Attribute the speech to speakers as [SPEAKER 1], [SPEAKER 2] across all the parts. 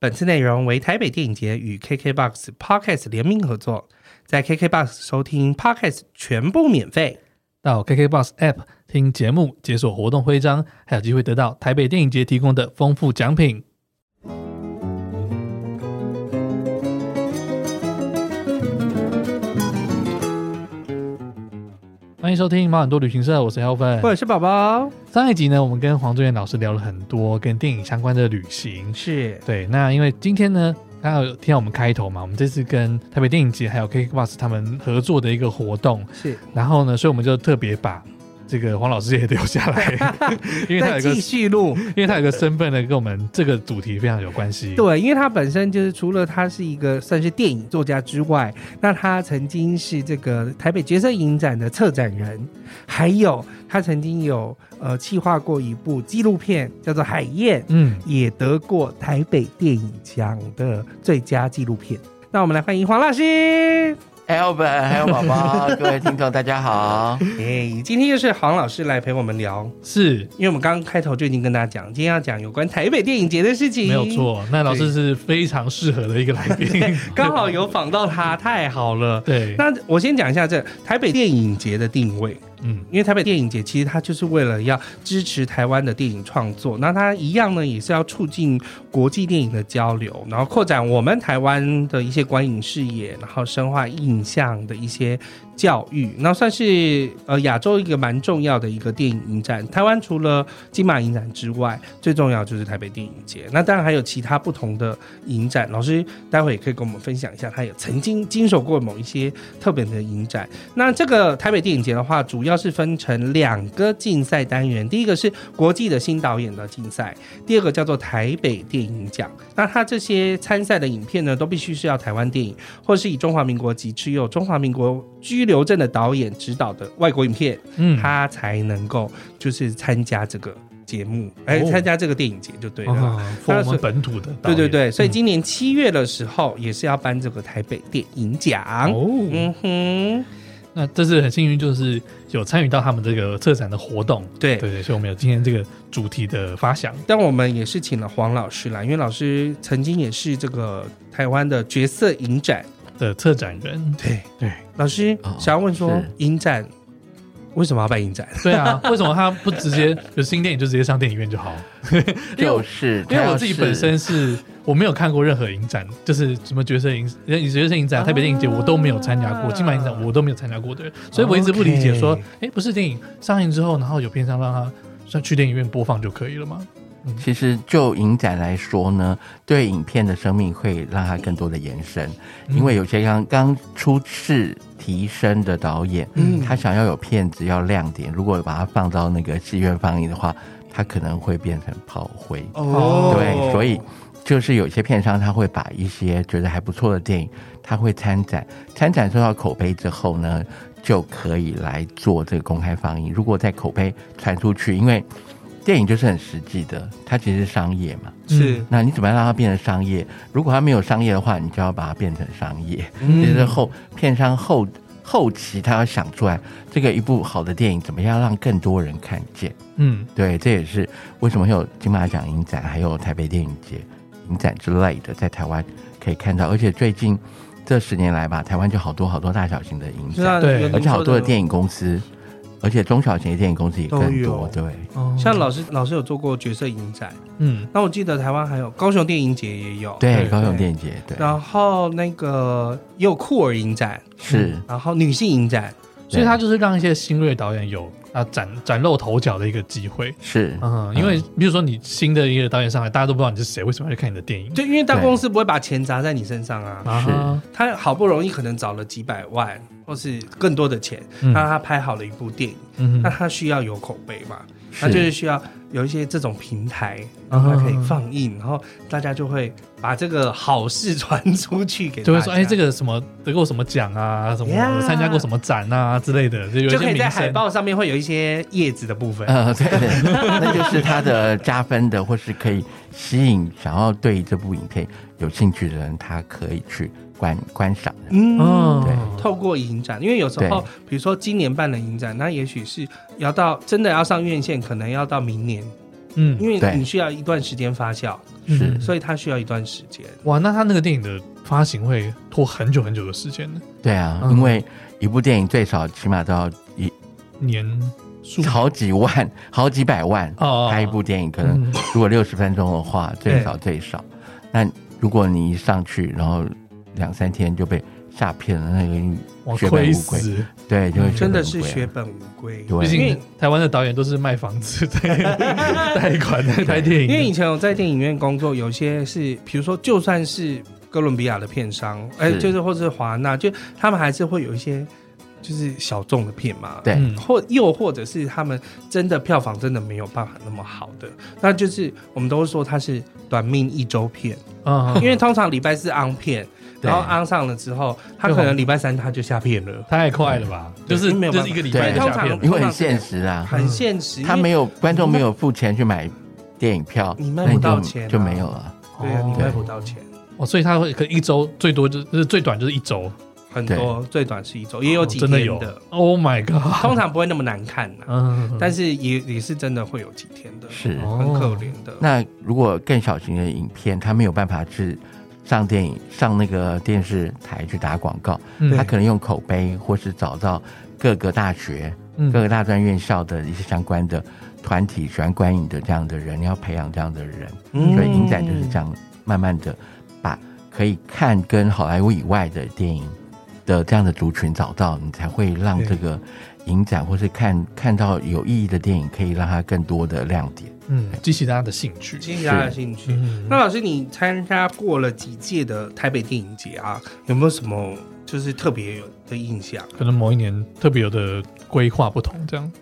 [SPEAKER 1] 本次内容为台北电影节与 KKBOX Podcast 联名合作，在 KKBOX 收听 Podcast 全部免费。
[SPEAKER 2] 到 KKBOX App 听节目，解锁活动徽章，还有机会得到台北电影节提供的丰富奖品。欢迎收听毛很多旅行社，我是 Helven。
[SPEAKER 1] 我是宝宝，
[SPEAKER 2] 上一集呢，我们跟黄宗元老师聊了很多跟电影相关的旅行。
[SPEAKER 1] 是
[SPEAKER 2] 对，那因为今天呢，刚好有听到我们开头嘛，我们这次跟台北电影节还有 KKBOX 他们合作的一个活动，
[SPEAKER 1] 是，
[SPEAKER 2] 然后呢，所以我们就特别把这个黄老师也留下 来，因为他
[SPEAKER 1] 再
[SPEAKER 2] 有一个，嗯
[SPEAKER 1] 继
[SPEAKER 2] 因
[SPEAKER 1] 续录。
[SPEAKER 2] 为他有一个身份呢，跟我们这个主题非常有关系。
[SPEAKER 1] 对，因为他本身就是除了他是一个算是电影作家之外，那他曾经是这个台北角色影展的策展人，还有他曾经有呃企划过一部纪录片叫做《海燕》，
[SPEAKER 2] 嗯，
[SPEAKER 1] 也得过台北电影奖的最佳纪录片。那我们来欢迎黄老师。
[SPEAKER 3] Albert 还有宝宝， 各位听众大家好。
[SPEAKER 1] 哎，今天又是黄老师来陪我们聊，
[SPEAKER 2] 是
[SPEAKER 1] 因为我们刚刚开头就已经跟大家讲，今天要讲有关台北电影节的事情，
[SPEAKER 2] 没有。错。那老师是非常适合的一个来宾，
[SPEAKER 1] 刚好有访到他，太好了。
[SPEAKER 2] 对，
[SPEAKER 1] 那我先讲一下这台北电影节的定位，
[SPEAKER 2] 嗯
[SPEAKER 1] 因为台北电影节其实它就是为了要支持台湾的电影创作，那它一样呢也是要促进国际电影的交流，然后扩展我们台湾的一些观影视野，然后深化印象的一些教育，那算是呃亚洲一个蛮重要的一个电影影展。台湾除了金马影展之外，最重要就是台北电影节，那当然还有其他不同的影展，老师待会也可以跟我们分享一下，他也曾经经手过某一些特别的影展。那这个台北电影节的话，主要是分成两个竞赛单元，第一个是国际的新导演的竞赛，第二个叫做台北电影奖。那它这些参赛的影片呢，都必须是要台湾电影，或是以中华民国籍持有中华民国居留证的导演指导的外国影片，
[SPEAKER 2] 嗯，
[SPEAKER 1] 他才能够就是参加这个节目，哎、
[SPEAKER 2] 哦
[SPEAKER 1] 参加这个电影节就对了。
[SPEAKER 2] 哦符合我
[SPEAKER 1] 那是
[SPEAKER 2] 们本土的
[SPEAKER 1] 对
[SPEAKER 2] 导演，
[SPEAKER 1] 对对，所以
[SPEAKER 2] 嗯
[SPEAKER 1] 今年七月的时候也是要颁这个台北电影奖。
[SPEAKER 2] 哦，
[SPEAKER 1] 嗯哼，
[SPEAKER 2] 那这次很幸运，就是有参与到他们这个策展的活动，
[SPEAKER 1] 对
[SPEAKER 2] 对对，所以我们有今天这个主题的发想，
[SPEAKER 1] 但我们也是请了黄老师来，因为老师曾经也是这个台湾的角色影展。
[SPEAKER 2] 的策展人，
[SPEAKER 1] 对，
[SPEAKER 2] 对
[SPEAKER 1] 老师
[SPEAKER 3] 哦
[SPEAKER 1] 想要问说
[SPEAKER 3] 是，
[SPEAKER 1] 影展为什么要办影展？
[SPEAKER 2] 对啊，为什么他不直接有新电影就直接上电影院就好？因为我
[SPEAKER 3] 就是
[SPEAKER 2] 因为我自己本身是我没有看过任何影展，就是什么角色影、呃角色影
[SPEAKER 1] 哦
[SPEAKER 2] 展、台北电影节我都没有参加过，金马影展我都没有参加过的人，所以我一直不理解说
[SPEAKER 1] 哦 OK，
[SPEAKER 2] 哎、不是电影上映之后，然后有片商让他上去电影院播放就可以了吗？
[SPEAKER 3] 其实就影展来说呢，对影片的生命会让它更多的延伸，
[SPEAKER 2] 嗯
[SPEAKER 3] 因为有些刚刚初次提升的导演，
[SPEAKER 1] 嗯
[SPEAKER 3] 他想要有片子要亮点，如果把它放到那个戏院放映的话，他可能会变成炮灰。
[SPEAKER 2] 哦
[SPEAKER 3] 对，所以就是有些片商他会把一些觉得还不错的电影，他会参展，参展受到口碑之后呢，就可以来做这个公开放映。如果在口碑传出去，因为电影就是很实际的，它其实是商业嘛。
[SPEAKER 1] 是
[SPEAKER 3] 那你怎么样让它变成商业？如果它没有商业的话，你就要把它变成商业。
[SPEAKER 1] 嗯
[SPEAKER 3] 其实后片商后后期他要想出来，这个一部好的电影怎么样让更多人看见。
[SPEAKER 2] 嗯，
[SPEAKER 3] 对，这也是为什么会有金马奖影展，还有台北电影节影展之类的，在台湾可以看到。而且最近这十年来吧，台湾就好多好多大小型的影
[SPEAKER 1] 知道
[SPEAKER 3] 展，
[SPEAKER 2] 对
[SPEAKER 1] 啊有您
[SPEAKER 3] 而且好多
[SPEAKER 1] 说
[SPEAKER 3] 的电影公司，而且中小型的电影公司也
[SPEAKER 1] 都
[SPEAKER 3] 更
[SPEAKER 1] 有
[SPEAKER 3] 多。对，
[SPEAKER 2] 哦
[SPEAKER 1] 像老师老师有做过角色影展，
[SPEAKER 2] 嗯
[SPEAKER 1] 那我记得台湾还有高雄电影节也有，
[SPEAKER 2] 对
[SPEAKER 3] 对，高雄电影节，对，
[SPEAKER 1] 然后那个也有酷儿影展，
[SPEAKER 3] 是。
[SPEAKER 1] 然后女性影展，
[SPEAKER 2] 所以他就是让一些新锐导演有啊崭崭露头角的一个机会。
[SPEAKER 3] 是，
[SPEAKER 2] 嗯，因为比如说你新的一个导演上来，大家都不知道你是谁，为什么要去看你的电影？
[SPEAKER 1] 就因为大
[SPEAKER 3] 对
[SPEAKER 1] 公司不会把钱砸在你身上啊，
[SPEAKER 2] 啊哈，
[SPEAKER 1] 他好不容易可能找了几百万或是更多的钱，
[SPEAKER 2] 嗯
[SPEAKER 1] 让他拍好了一部电影，
[SPEAKER 2] 嗯
[SPEAKER 1] 那
[SPEAKER 2] 哼，
[SPEAKER 1] 他需要有口碑嘛，
[SPEAKER 3] 是
[SPEAKER 1] 他就是需要有一些这种平台，
[SPEAKER 2] 啊
[SPEAKER 1] 然后可以放映，然后大家就会把这个好事传出去给大家，
[SPEAKER 2] 就会说，哎，这
[SPEAKER 1] 个
[SPEAKER 2] 个什么得过什么奖啊，什么
[SPEAKER 1] Yeah
[SPEAKER 2] 参加过什么展啊之类的，就有一
[SPEAKER 1] 就
[SPEAKER 2] 些
[SPEAKER 1] 可以在
[SPEAKER 2] 名
[SPEAKER 1] 海
[SPEAKER 2] 声。
[SPEAKER 1] 报上面会有一些叶子的部分，
[SPEAKER 3] 呃，对对，那就是他的加分的，或是可以吸引想要对这部影片有兴趣的人，他可以去观观赏。
[SPEAKER 1] 嗯
[SPEAKER 2] 哦，
[SPEAKER 3] 对
[SPEAKER 1] 透过影展，因为有时候
[SPEAKER 3] 对，
[SPEAKER 1] 比如说今年办的影展，那也许是要到真的要上院线，可能要到明年，
[SPEAKER 2] 嗯
[SPEAKER 1] 因为
[SPEAKER 3] 对
[SPEAKER 1] 你需要一段时间发酵。
[SPEAKER 3] 是
[SPEAKER 2] 嗯
[SPEAKER 1] 所以它需要一段时间。
[SPEAKER 2] 哇，那他那个电影的发行会拖很久很久的时间呢，
[SPEAKER 3] 对啊，
[SPEAKER 2] 嗯
[SPEAKER 3] 因为一部电影最少起码都要一
[SPEAKER 2] 年数
[SPEAKER 3] 好几万、好几百万
[SPEAKER 2] 哦
[SPEAKER 3] 拍一部电影，可
[SPEAKER 1] 嗯
[SPEAKER 3] 能如果六十分钟的话，最少最少。那如果你一上去，然后两三天就被吓骗了，那个
[SPEAKER 2] 哇
[SPEAKER 3] 血本
[SPEAKER 2] 亏
[SPEAKER 3] 无归
[SPEAKER 2] 死，
[SPEAKER 3] 对，就会血
[SPEAKER 1] 嗯真的
[SPEAKER 3] 本无
[SPEAKER 1] 是
[SPEAKER 3] 归啊
[SPEAKER 1] 血本无归。
[SPEAKER 3] 对
[SPEAKER 2] 毕
[SPEAKER 1] 因为
[SPEAKER 2] 竟台湾的导演都是卖房子、贷 贷款在拍电影
[SPEAKER 1] 因
[SPEAKER 2] 的，
[SPEAKER 1] 为以前我在电影院工作，有些是，比如说，就算是哥伦比亚的片商，哎、
[SPEAKER 3] 是
[SPEAKER 1] 就是或是华纳，就他们还是会有一些就是小众的片嘛，
[SPEAKER 3] 对
[SPEAKER 2] 嗯
[SPEAKER 1] 或又或者是他们真的票房真的没有办法那么好的，那就是我们都说它是短命一周片，
[SPEAKER 2] 啊，
[SPEAKER 1] 因为通常礼拜四昂片，
[SPEAKER 3] 嗯对
[SPEAKER 1] 然后昂上了之后，他可能礼拜三他就下片了，
[SPEAKER 2] 太快了吧，
[SPEAKER 1] 对
[SPEAKER 2] 就是
[SPEAKER 1] 没有
[SPEAKER 2] 就
[SPEAKER 1] 办
[SPEAKER 2] 是
[SPEAKER 1] 法
[SPEAKER 2] 一个礼拜
[SPEAKER 3] 对
[SPEAKER 2] 就下
[SPEAKER 1] 通
[SPEAKER 2] 片了
[SPEAKER 1] 常
[SPEAKER 3] 因为很现实啊，
[SPEAKER 1] 很现实。因
[SPEAKER 3] 他
[SPEAKER 1] 为
[SPEAKER 3] 没有观众没有付钱去买电影票，
[SPEAKER 1] 你卖
[SPEAKER 3] 那
[SPEAKER 1] 不
[SPEAKER 3] 你
[SPEAKER 1] 到
[SPEAKER 3] 就
[SPEAKER 1] 钱啊
[SPEAKER 3] 就没有了。
[SPEAKER 1] 对啊，你卖不
[SPEAKER 2] 哦
[SPEAKER 1] 到钱。
[SPEAKER 2] 哦，所以他会可能一周最多就就是最短就是一周，
[SPEAKER 1] 很多最短是一
[SPEAKER 3] 哦
[SPEAKER 1] 周，哦也有几
[SPEAKER 2] 哦真
[SPEAKER 1] 天
[SPEAKER 2] 的有，Oh my god，
[SPEAKER 1] 通常不会那么难看啊呐、
[SPEAKER 2] 嗯，
[SPEAKER 1] 但是也也是真的会有几天的，
[SPEAKER 3] 是，
[SPEAKER 2] 哦
[SPEAKER 1] 很可怜的。
[SPEAKER 3] 那如果更小型的影片，它没有办法去上电影、上那个电视台去打广告，
[SPEAKER 2] 嗯
[SPEAKER 3] 它可能用口碑，或是找到各个大学、
[SPEAKER 2] 嗯
[SPEAKER 3] 各个大专院校的一些相关的团体喜欢观影的这样的人，要培养这样的人，
[SPEAKER 1] 嗯
[SPEAKER 3] 所以影展就是这样，慢慢的把可以看跟好莱坞以外的电影的这样的族群找到，你才会让这个影展或是看看到有意义的电影，可以让它更多的亮点。
[SPEAKER 2] 嗯激起大家的兴趣，
[SPEAKER 1] 激起嗯大家的兴趣。
[SPEAKER 2] 嗯
[SPEAKER 1] 那老师，你参加过了几届的台北电影节啊？有没有什么就是特别有的印象？
[SPEAKER 2] 可能某一年特别有的规划不同，这样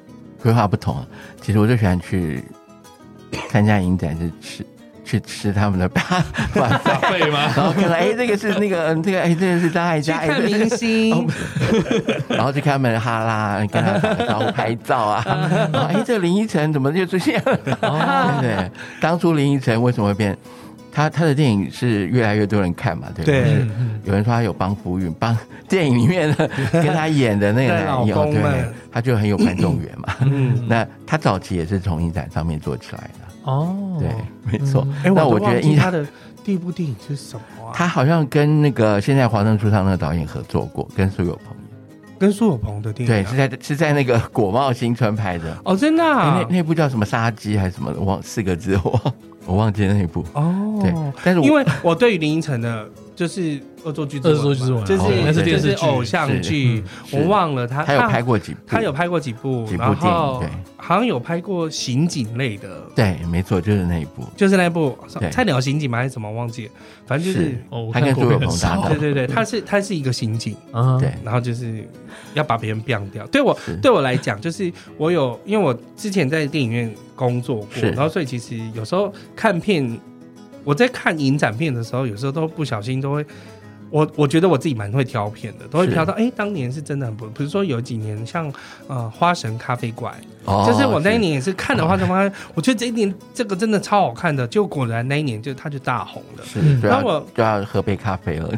[SPEAKER 3] 规划不同。其实我最喜欢去参加影展，是吃去吃他们的 晚
[SPEAKER 2] 大
[SPEAKER 3] 饭，
[SPEAKER 2] 费吗？
[SPEAKER 3] 然后看到哎，这个是那个，嗯这个哎，这个是张艾
[SPEAKER 1] 去
[SPEAKER 3] 嘉，哎
[SPEAKER 1] 看
[SPEAKER 3] 这个
[SPEAKER 1] 明
[SPEAKER 3] 是
[SPEAKER 1] 星，
[SPEAKER 3] 然后去看他们的哈拉，啊跟他打招呼、拍照啊。然后哎，这个林依晨怎么就出 现
[SPEAKER 1] 哦
[SPEAKER 3] 了？对对，当初林依晨为什么会变？他他的电影是越来越多人看嘛，对不
[SPEAKER 1] 对
[SPEAKER 2] 嗯嗯
[SPEAKER 3] 有人说他有帮扶运，帮电影里面的跟他演的那个男
[SPEAKER 1] 对老
[SPEAKER 3] 友，
[SPEAKER 1] 公
[SPEAKER 3] 对
[SPEAKER 1] 们，
[SPEAKER 3] 他就很有观众缘嘛。
[SPEAKER 1] 嗯，
[SPEAKER 3] 那他早期也是从影展上面做起来的，
[SPEAKER 2] 哦，
[SPEAKER 3] 对，没错。
[SPEAKER 2] 嗯
[SPEAKER 1] 哎，
[SPEAKER 3] 那
[SPEAKER 1] 我
[SPEAKER 3] 我
[SPEAKER 1] 都
[SPEAKER 3] 觉
[SPEAKER 1] 忘
[SPEAKER 3] 得
[SPEAKER 1] 记
[SPEAKER 3] 印
[SPEAKER 1] 他
[SPEAKER 3] 象，
[SPEAKER 1] 的第一部电影是什么啊？
[SPEAKER 3] 他好像跟那个现在华灯初上那个导演合作过，跟苏有朋，
[SPEAKER 1] 跟苏有朋的电
[SPEAKER 3] 对，
[SPEAKER 1] 影啊
[SPEAKER 3] 是在是在那个国贸新村拍的，
[SPEAKER 1] 哦，真的
[SPEAKER 3] 哎
[SPEAKER 1] 啊
[SPEAKER 3] 那那部叫什么杀鸡还是什么的，我忘四个字， 我忘我忘记了那部。对
[SPEAKER 1] 哦，，
[SPEAKER 3] 但是
[SPEAKER 1] 因
[SPEAKER 3] 我
[SPEAKER 1] 为我对于林依晨的，就是《恶作剧之
[SPEAKER 2] 恶作剧之
[SPEAKER 1] 吻
[SPEAKER 2] 吻
[SPEAKER 1] 嘛》，
[SPEAKER 2] 啊
[SPEAKER 1] 就是
[SPEAKER 3] 哦那是
[SPEAKER 1] 就
[SPEAKER 3] 电
[SPEAKER 1] 是
[SPEAKER 2] 视剧
[SPEAKER 1] 偶像剧，
[SPEAKER 3] 是
[SPEAKER 1] 我忘了他
[SPEAKER 3] 他有拍过几部，
[SPEAKER 1] 他有拍过几部
[SPEAKER 3] 几部
[SPEAKER 1] 然后
[SPEAKER 3] 电影
[SPEAKER 1] 好像有拍过刑警类的，
[SPEAKER 3] 对，没错，就是那一部。
[SPEAKER 1] 就是那部
[SPEAKER 3] 对
[SPEAKER 1] 菜鸟刑警吗？还是什么忘记了？反正就是
[SPEAKER 3] 是。
[SPEAKER 2] 哦，我
[SPEAKER 3] 他
[SPEAKER 2] 看
[SPEAKER 3] 跟
[SPEAKER 2] 过
[SPEAKER 3] 苏有
[SPEAKER 2] 片
[SPEAKER 3] 朋
[SPEAKER 2] 很
[SPEAKER 3] 搭
[SPEAKER 2] 少
[SPEAKER 3] 档
[SPEAKER 1] 对对 对，他是他是一个刑警，
[SPEAKER 2] 嗯
[SPEAKER 3] 对，
[SPEAKER 1] 然后就是要把别人变掉。对我
[SPEAKER 3] 是
[SPEAKER 1] 对我来讲，就是我有，因为我之前在电影院工作过，
[SPEAKER 3] 是
[SPEAKER 1] 然后所以其实有时候看片，我在看影展片的时候，有时候都不小心都会。我我觉得我自己蛮会挑片的，都会
[SPEAKER 3] 是
[SPEAKER 1] 挑到哎、当年是真的很不，比如说有几年像呃花神咖啡馆，
[SPEAKER 3] 哦
[SPEAKER 1] 就是我那一年也是看的花神咖啡馆，我觉得这一年这个真的超好看的，就果然那一年就它就大红了。
[SPEAKER 3] 哦是
[SPEAKER 2] 嗯
[SPEAKER 3] 是就
[SPEAKER 1] 那我
[SPEAKER 3] 要就要喝杯咖啡 了，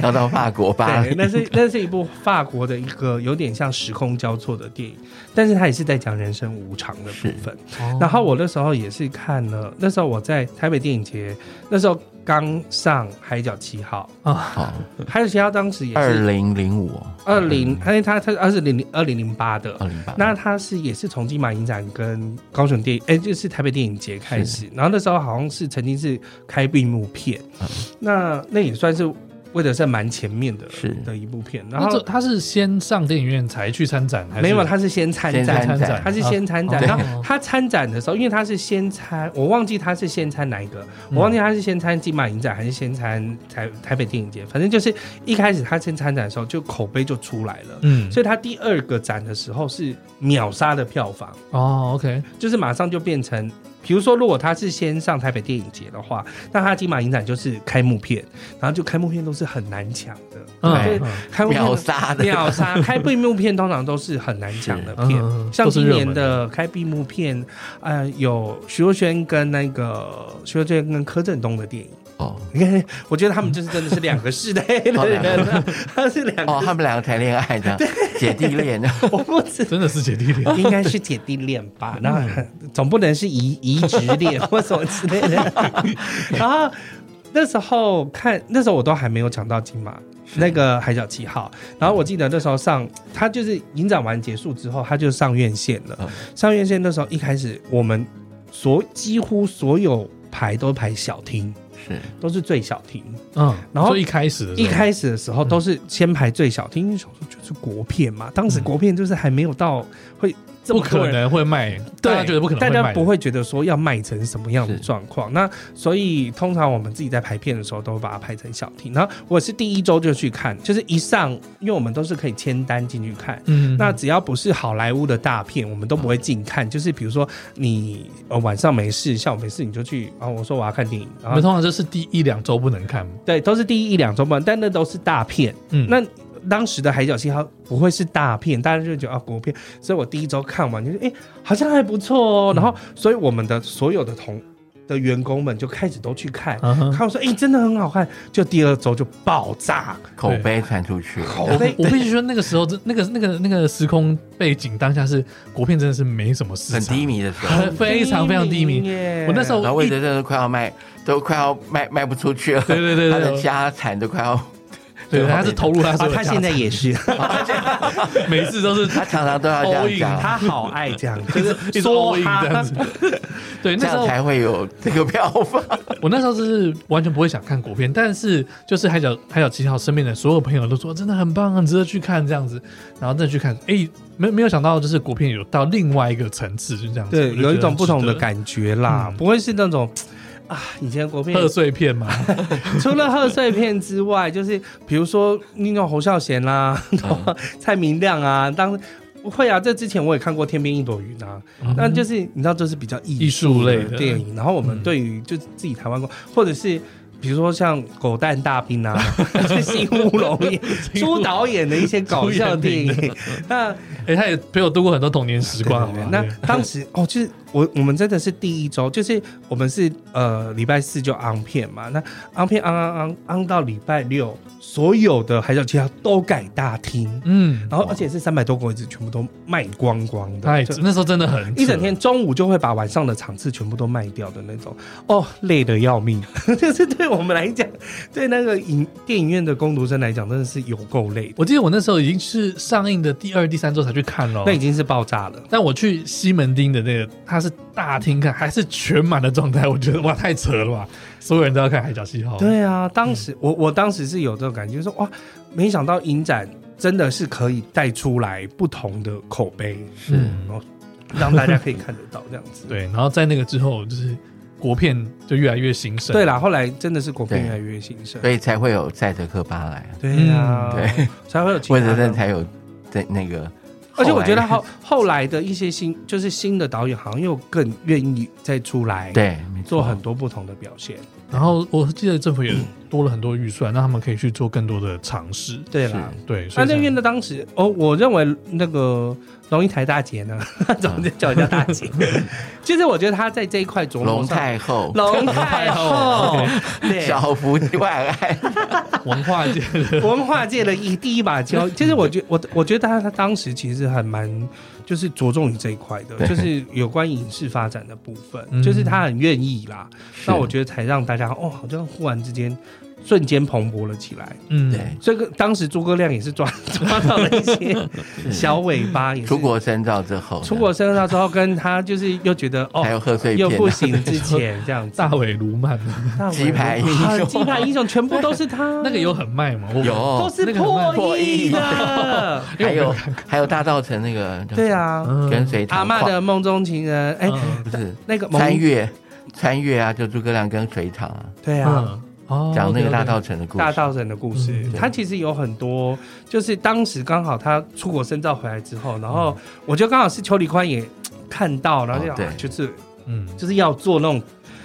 [SPEAKER 3] 要到法国巴
[SPEAKER 1] 对，
[SPEAKER 3] 黎。
[SPEAKER 1] 那是 那是一部法国的一个有点像时空交错的电影，但是它也是在讲人生无常的部分。
[SPEAKER 2] 哦
[SPEAKER 1] 然后我那时候也是看了，那时候我在台北电影节，那时候刚上《海角七号
[SPEAKER 2] 啊，
[SPEAKER 3] 好，》，
[SPEAKER 1] 《海角七号》当时也
[SPEAKER 3] 二
[SPEAKER 1] 是
[SPEAKER 3] 零零五，
[SPEAKER 1] 二零，因为它它二是零零二零零八的，
[SPEAKER 3] 二零八，
[SPEAKER 1] 那它是也是从金马影展跟高雄电影，哎、就是台北电影节开始，然后那时候好像是曾经是开闭幕片，
[SPEAKER 3] 嗯
[SPEAKER 1] 那那也算是魏德胜蛮前面的
[SPEAKER 3] 是
[SPEAKER 1] 的一部片，然
[SPEAKER 2] 然后
[SPEAKER 1] 后。
[SPEAKER 2] 他是先上电影院才去参展，还是
[SPEAKER 1] 没有，他是先参
[SPEAKER 3] 先
[SPEAKER 1] 展，
[SPEAKER 3] 参展
[SPEAKER 1] 他是先参展。
[SPEAKER 2] 哦
[SPEAKER 1] 然后他参展的时候，因为他是先参，我忘记他是先参哪一个，我忘记他是先参金马影展还是先参台台北电影节，反正就是一开始他先参展的时候，就口碑就出来了。
[SPEAKER 2] 嗯，
[SPEAKER 1] 所以他第二个展的时候是秒杀的票房，
[SPEAKER 2] 哦，OK，
[SPEAKER 1] 就是马上就变成，比如说如果他是先上台北电影节的话，那他金马影展就是开幕片，然后就开幕片都是很难抢的，
[SPEAKER 2] 嗯
[SPEAKER 1] 对，
[SPEAKER 2] 嗯
[SPEAKER 1] 开幕片
[SPEAKER 3] 秒
[SPEAKER 1] 都
[SPEAKER 3] 杀的，
[SPEAKER 1] 秒杀开闭幕片通常都是很难抢的片，
[SPEAKER 2] 嗯嗯嗯
[SPEAKER 1] 像
[SPEAKER 2] 都是
[SPEAKER 1] 今
[SPEAKER 2] 热
[SPEAKER 1] 年
[SPEAKER 2] 门
[SPEAKER 1] 的
[SPEAKER 2] 的
[SPEAKER 1] 开闭幕片，呃，有徐若瑄跟那个徐若瑄跟柯震东的电影，
[SPEAKER 3] 哦
[SPEAKER 1] 你看，我觉得他们就是真的是两个世代的人啊， 他是两
[SPEAKER 3] 哦，
[SPEAKER 1] 个，
[SPEAKER 3] 他们两个谈恋 爱的，姐弟恋的，
[SPEAKER 1] 我不知
[SPEAKER 2] 真的是姐弟恋。
[SPEAKER 1] 应该是姐弟恋吧？那总不能是移移植恋或什么之类的。然后那时候看，那时候我都还没有抢到金马。那个海角七号，然后我记得那时候上，他就是影展完结束之后，他就上院线了。
[SPEAKER 3] 嗯
[SPEAKER 1] 上院线那时候一开始，我们所几乎所有排都排小厅，
[SPEAKER 3] 是
[SPEAKER 1] 都是最小厅。
[SPEAKER 2] 嗯，
[SPEAKER 1] 然后
[SPEAKER 2] 所以一开始的时候
[SPEAKER 1] 一开始的时候都是先排最小厅，因为想说就是国片嘛，当时国片就是还没有到会这
[SPEAKER 2] 不
[SPEAKER 1] 么多
[SPEAKER 2] 可
[SPEAKER 1] 人
[SPEAKER 2] 能会卖，大
[SPEAKER 1] 对，
[SPEAKER 2] 家觉得不可能
[SPEAKER 1] 大
[SPEAKER 2] 会卖的，
[SPEAKER 1] 家不会觉得说要卖成什么样的
[SPEAKER 3] 是
[SPEAKER 1] 状况。那所以通常我们自己在排片的时候，都会把它排成小厅。然后我是第一周就去看，就是一上，因为我们都是可以签单进去看。
[SPEAKER 2] 嗯，嗯，
[SPEAKER 1] 那只要不是好莱坞的大片，我们都不会近看。就是比如说你呃晚上没事，下午没事，你就去啊，我说我要看电影，然
[SPEAKER 2] 我
[SPEAKER 1] 后
[SPEAKER 2] 们通常就是第一两周不能看嘛，
[SPEAKER 1] 对，都是第一一两周半，但那都是大片。
[SPEAKER 2] 嗯，
[SPEAKER 1] 那当时的《海角七号》不会是大片，大家就觉得啊国片，所以我第一周看完就是哎、诶好像还不错哦、然后，所以我们的所有的同的员工们就开始都去看，
[SPEAKER 2] 嗯哼
[SPEAKER 1] 看完说哎、诶真的很好看，就第二周就爆炸，
[SPEAKER 3] 口碑传出去，
[SPEAKER 1] 口
[SPEAKER 2] 我
[SPEAKER 1] 碑
[SPEAKER 2] 我必须说，那个时候真那个那个那个时空背景当下是国片真的是没什么市
[SPEAKER 3] 很
[SPEAKER 2] 场，
[SPEAKER 3] 低迷的时候，
[SPEAKER 2] 很非常非常低迷。
[SPEAKER 1] 耶
[SPEAKER 2] 我那时候
[SPEAKER 3] 然
[SPEAKER 1] 哦
[SPEAKER 3] 后魏德真的快要卖，都快要卖卖不出去了，
[SPEAKER 2] 对对对对
[SPEAKER 3] 他的家产都快要，
[SPEAKER 2] 对，他是投入他
[SPEAKER 1] 啊
[SPEAKER 2] 所有 的
[SPEAKER 1] 他现在也 是，
[SPEAKER 2] 价值每次都是
[SPEAKER 3] 他常常都要这样
[SPEAKER 2] All in，
[SPEAKER 3] 讲，
[SPEAKER 1] 他好爱这样，
[SPEAKER 2] 就
[SPEAKER 1] 就是
[SPEAKER 2] 一
[SPEAKER 1] 是
[SPEAKER 2] 直
[SPEAKER 1] 说
[SPEAKER 2] all in 这样
[SPEAKER 1] 他
[SPEAKER 2] 子。对，
[SPEAKER 3] 这
[SPEAKER 2] 那时
[SPEAKER 3] 样
[SPEAKER 2] 候
[SPEAKER 3] 才会有这个票房。
[SPEAKER 2] 我那时候是完全不会想看国片，但是就是海角海角七号身边的所有朋友都说真的很棒，很值得去看这样子，然后再去看，哎、没没有想到就是国片有到另外一个层次，就这样子，我
[SPEAKER 1] 对
[SPEAKER 2] 就觉得
[SPEAKER 1] 有一种不同的
[SPEAKER 2] 很值得。
[SPEAKER 1] 感觉啦，
[SPEAKER 2] 嗯
[SPEAKER 1] 不会是那种。啊，以前国片
[SPEAKER 2] 贺岁片嘛，
[SPEAKER 1] 除了贺岁片之外，就是比如说你有侯孝贤 啦、蔡明亮啊，当会啊，这之前我也看过《天边一朵云》啊，那就是你知道，这是比较艺
[SPEAKER 2] 艺术类的
[SPEAKER 1] 的嗯电影。然后我们对于就自己台湾过，或者是。比如说像《狗蛋大兵》 啊，《新乌龙》 朱导演的一些搞笑电
[SPEAKER 2] 朱
[SPEAKER 1] 影，那
[SPEAKER 2] 哎、他也陪我度过很多童年时光，好不好？
[SPEAKER 1] 那
[SPEAKER 2] 对
[SPEAKER 1] 当时哦，就是我我们真的是第一周，就是我们是呃礼拜四就昂片嘛，那昂片昂昂昂昂到礼拜六，所有的海角七号都改大厅，
[SPEAKER 2] 嗯，
[SPEAKER 1] 然后而且是三百多个位置全部都卖光光的，
[SPEAKER 2] 哎，
[SPEAKER 1] 就
[SPEAKER 2] 那时候真的很
[SPEAKER 1] 一整
[SPEAKER 2] 扯
[SPEAKER 1] 天中午就会把晚上的场次全部都卖掉的那种，哦，累得要命。 就是对我们来讲，对那个影电影院的工读生来讲，真的是有够累的，
[SPEAKER 2] 我记得我那时候已经是上映的第二、第三周才去看咯。
[SPEAKER 1] 那已经是爆炸了。
[SPEAKER 2] 但我去西门町的那个，它是大厅看，还是全满的状态，我觉得哇，太扯了吧！所有人都要看《海角七号》。，
[SPEAKER 1] 对啊，当
[SPEAKER 3] 嗯
[SPEAKER 1] 时、我我当时是有这种感觉，就是说哇，没想到影展真的是可以带出来不同的口碑，哦
[SPEAKER 2] 嗯，
[SPEAKER 1] 让大家可以看得到这样 子。
[SPEAKER 2] 对。然后在那个之后，就是国片就越来越兴盛。
[SPEAKER 1] 对
[SPEAKER 2] 了，
[SPEAKER 1] 啦，后来真的是国片
[SPEAKER 3] 对
[SPEAKER 1] 越来越兴盛
[SPEAKER 3] 所。以才会有赛德克巴莱，
[SPEAKER 1] 对啊，
[SPEAKER 2] 嗯
[SPEAKER 3] 对，
[SPEAKER 1] 才会有其
[SPEAKER 3] 魏
[SPEAKER 1] 他
[SPEAKER 3] 德
[SPEAKER 1] 的
[SPEAKER 3] 正。才有在那个。
[SPEAKER 1] 而且我觉得
[SPEAKER 3] 后
[SPEAKER 1] 后后来的一些新，就是新的导演好像又更愿意再出来
[SPEAKER 3] 来对没错
[SPEAKER 1] 做很多不同的表现。
[SPEAKER 2] 然后我记得政府也多了很多预算，让他们可以去做更多的尝试。
[SPEAKER 1] 对啦，
[SPEAKER 2] 对，所
[SPEAKER 1] 那
[SPEAKER 2] 以
[SPEAKER 1] 那
[SPEAKER 2] 才
[SPEAKER 1] 边的当时哦，我认为那个龙应台大姐呢， 怎么就叫人家大姐？其实我觉得她在这一块琢磨
[SPEAKER 3] 龙
[SPEAKER 1] 上，
[SPEAKER 3] 太后、
[SPEAKER 1] 龙太后，对
[SPEAKER 3] 小福万
[SPEAKER 1] 嗯
[SPEAKER 3] 爱，
[SPEAKER 2] 文化界 的
[SPEAKER 1] 文化界的一第一把交椅。其实我觉我我觉得她她当时其实还蛮就是着重于这一块的，
[SPEAKER 3] 对
[SPEAKER 1] 就是有关影视发展的部分，
[SPEAKER 2] 嗯
[SPEAKER 1] 就是她很愿意啦。
[SPEAKER 3] 是
[SPEAKER 1] 那我觉得才让大家哦，好像忽然之间瞬间蓬勃了起来。
[SPEAKER 2] 嗯，
[SPEAKER 3] 对
[SPEAKER 1] 这个当时诸葛亮也是抓抓到了一些小尾巴，也是
[SPEAKER 3] 出国深造之后呢，
[SPEAKER 1] 出国深造之后，跟他就是又觉得哦
[SPEAKER 3] 还有贺岁片
[SPEAKER 1] 又
[SPEAKER 3] 啊，
[SPEAKER 1] 不行之前这 样子，
[SPEAKER 2] 大尾卢曼
[SPEAKER 1] 大尾
[SPEAKER 3] 鸡排英雄
[SPEAKER 1] 啊鸡排英雄全部都是他，
[SPEAKER 2] 那个有很卖吗？我
[SPEAKER 1] 都
[SPEAKER 3] 有，
[SPEAKER 1] 是
[SPEAKER 2] 那个很慢
[SPEAKER 1] 破亿的，
[SPEAKER 2] 因为
[SPEAKER 3] 还
[SPEAKER 2] 我没有
[SPEAKER 3] 有还有大道城那个
[SPEAKER 1] 对， 啊，
[SPEAKER 2] 嗯
[SPEAKER 3] 跟随
[SPEAKER 1] 阿
[SPEAKER 3] 堂
[SPEAKER 1] 嬷
[SPEAKER 3] 晃
[SPEAKER 1] 的梦中情人，哎，
[SPEAKER 2] 嗯
[SPEAKER 3] 不是
[SPEAKER 1] 那个蒙
[SPEAKER 3] 穿越穿越啊，就诸葛亮跟隋唐啊，
[SPEAKER 1] 对啊，
[SPEAKER 2] 嗯哦，
[SPEAKER 3] 讲那个
[SPEAKER 2] OK，OK
[SPEAKER 3] 大道城的故事
[SPEAKER 1] 大，道人的故事
[SPEAKER 2] 嗯，
[SPEAKER 1] 他其实有很多，就是当时刚好他出国深造回来之后，然后我就刚好是邱礼宽也嘖看到，然后就、
[SPEAKER 3] 哦对
[SPEAKER 1] 啊就是
[SPEAKER 2] 嗯，
[SPEAKER 1] 就是要做那种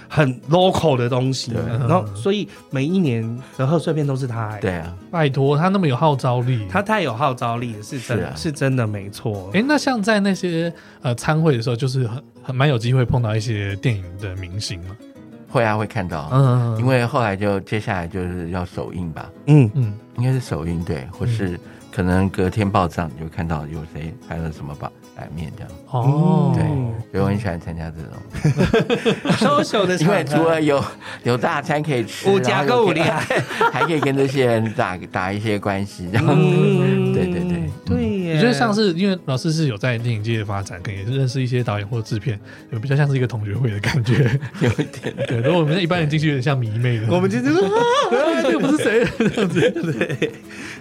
[SPEAKER 1] 很 local 的东西，
[SPEAKER 3] 对
[SPEAKER 1] 然后所以每一年的贺岁片都是他、哎，
[SPEAKER 3] 对啊，
[SPEAKER 2] 拜托，他那么有号召力，
[SPEAKER 1] 他太有号召力了，是真的，
[SPEAKER 3] 是啊
[SPEAKER 1] 是真的没错。
[SPEAKER 2] 哎、那像在那些呃参会的时候，就是很很蛮有机会碰到一些电影的明星嘛。
[SPEAKER 3] 会啊，会看到，
[SPEAKER 2] 嗯，
[SPEAKER 3] 因为后来就接下来就是要首映吧，
[SPEAKER 1] 嗯，
[SPEAKER 2] 嗯
[SPEAKER 3] 应该是首映对，或是可能隔天报账你就看到有谁拍了什么版版面这样，
[SPEAKER 2] 哦，
[SPEAKER 3] 嗯对，所以我很喜欢参加这种，
[SPEAKER 1] 收手的
[SPEAKER 3] 因为
[SPEAKER 1] 场
[SPEAKER 3] 除
[SPEAKER 1] 合，
[SPEAKER 3] 了有有大餐可以吃，
[SPEAKER 1] 五加
[SPEAKER 3] 然
[SPEAKER 1] 够
[SPEAKER 3] 后
[SPEAKER 1] 五
[SPEAKER 3] 又可以
[SPEAKER 1] 连，
[SPEAKER 3] 还可以跟这些人打打一些关系，然后
[SPEAKER 1] 嗯，
[SPEAKER 3] 对对对
[SPEAKER 1] 对耶，
[SPEAKER 2] 我觉得像是因为老师是有在电影界的发展，可能也是认识一些导演或制片，有比较像是一个同学会的感觉。
[SPEAKER 3] 有一点
[SPEAKER 2] 对，如果我们一般人进去有点像迷妹的，
[SPEAKER 1] 我们就是 说啊
[SPEAKER 3] 哎
[SPEAKER 2] 这个不是谁这样子。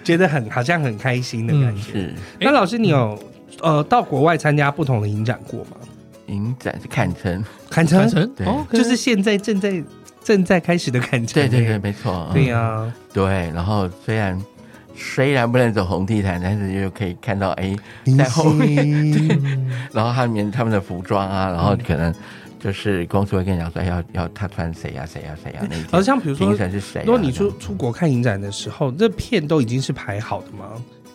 [SPEAKER 1] 觉得很好像很开心的感觉。
[SPEAKER 3] 是
[SPEAKER 1] 那老师，你有呃到国外参加不同的影展过吗？
[SPEAKER 3] 影展是看成，
[SPEAKER 1] 坎城
[SPEAKER 2] 传，承
[SPEAKER 3] 对
[SPEAKER 2] 哦，
[SPEAKER 1] 就是现在正在正在开始的坎城，
[SPEAKER 3] 对对对，没错，嗯
[SPEAKER 1] 对呀，
[SPEAKER 3] 对，然后虽然虽然不能走红地毯，但是又可以看到哎，在后面，对，然后他们他们的服装啊，然后可能就是公司会跟你讲说哎要要他穿谁呀、谁呀、啊谁呀、那一
[SPEAKER 1] 而
[SPEAKER 3] 天，
[SPEAKER 1] 像比如说
[SPEAKER 3] 评，审是谁、啊？
[SPEAKER 1] 如果你出
[SPEAKER 3] 这样
[SPEAKER 1] 出国看影展的时候，这片都已经是排好的吗？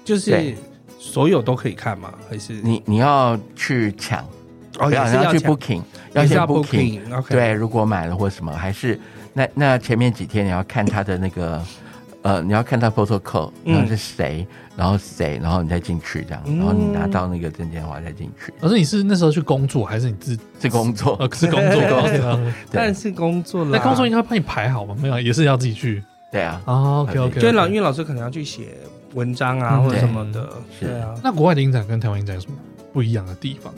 [SPEAKER 1] 就是
[SPEAKER 3] 对
[SPEAKER 1] 所有都可以看吗？还是
[SPEAKER 3] 你你要去抢，
[SPEAKER 1] 哦
[SPEAKER 3] 不
[SPEAKER 1] 也
[SPEAKER 3] 要
[SPEAKER 1] 是
[SPEAKER 3] 你去
[SPEAKER 1] 抢
[SPEAKER 3] booking，
[SPEAKER 1] 也是
[SPEAKER 3] 先
[SPEAKER 1] 要
[SPEAKER 3] booking。
[SPEAKER 1] booking，OK，
[SPEAKER 3] 对，如果买了或什么，还是那那前面几天你要看他的那个，呃，你要看他 protocol，
[SPEAKER 1] 嗯
[SPEAKER 3] 然后是谁，然后谁，然后你再进去这样，
[SPEAKER 1] 嗯
[SPEAKER 3] 然后你拿到那个证件的话再进去，
[SPEAKER 2] 老师，你是那时候去工作还是你自
[SPEAKER 3] 是工作。
[SPEAKER 2] 呃是工作？
[SPEAKER 1] 工
[SPEAKER 2] 作，
[SPEAKER 1] 但是工作啦，
[SPEAKER 2] 那工作应该帮你排好吗？没有，也是要自己去。
[SPEAKER 3] 对啊，
[SPEAKER 2] 哦，OK OK，
[SPEAKER 1] 就是老因为老师可能要去写文章啊
[SPEAKER 2] 嗯
[SPEAKER 1] 或者什么的，
[SPEAKER 3] 对
[SPEAKER 1] 对啊。
[SPEAKER 2] 那国外的影展跟台湾影展有什么不一样的地方？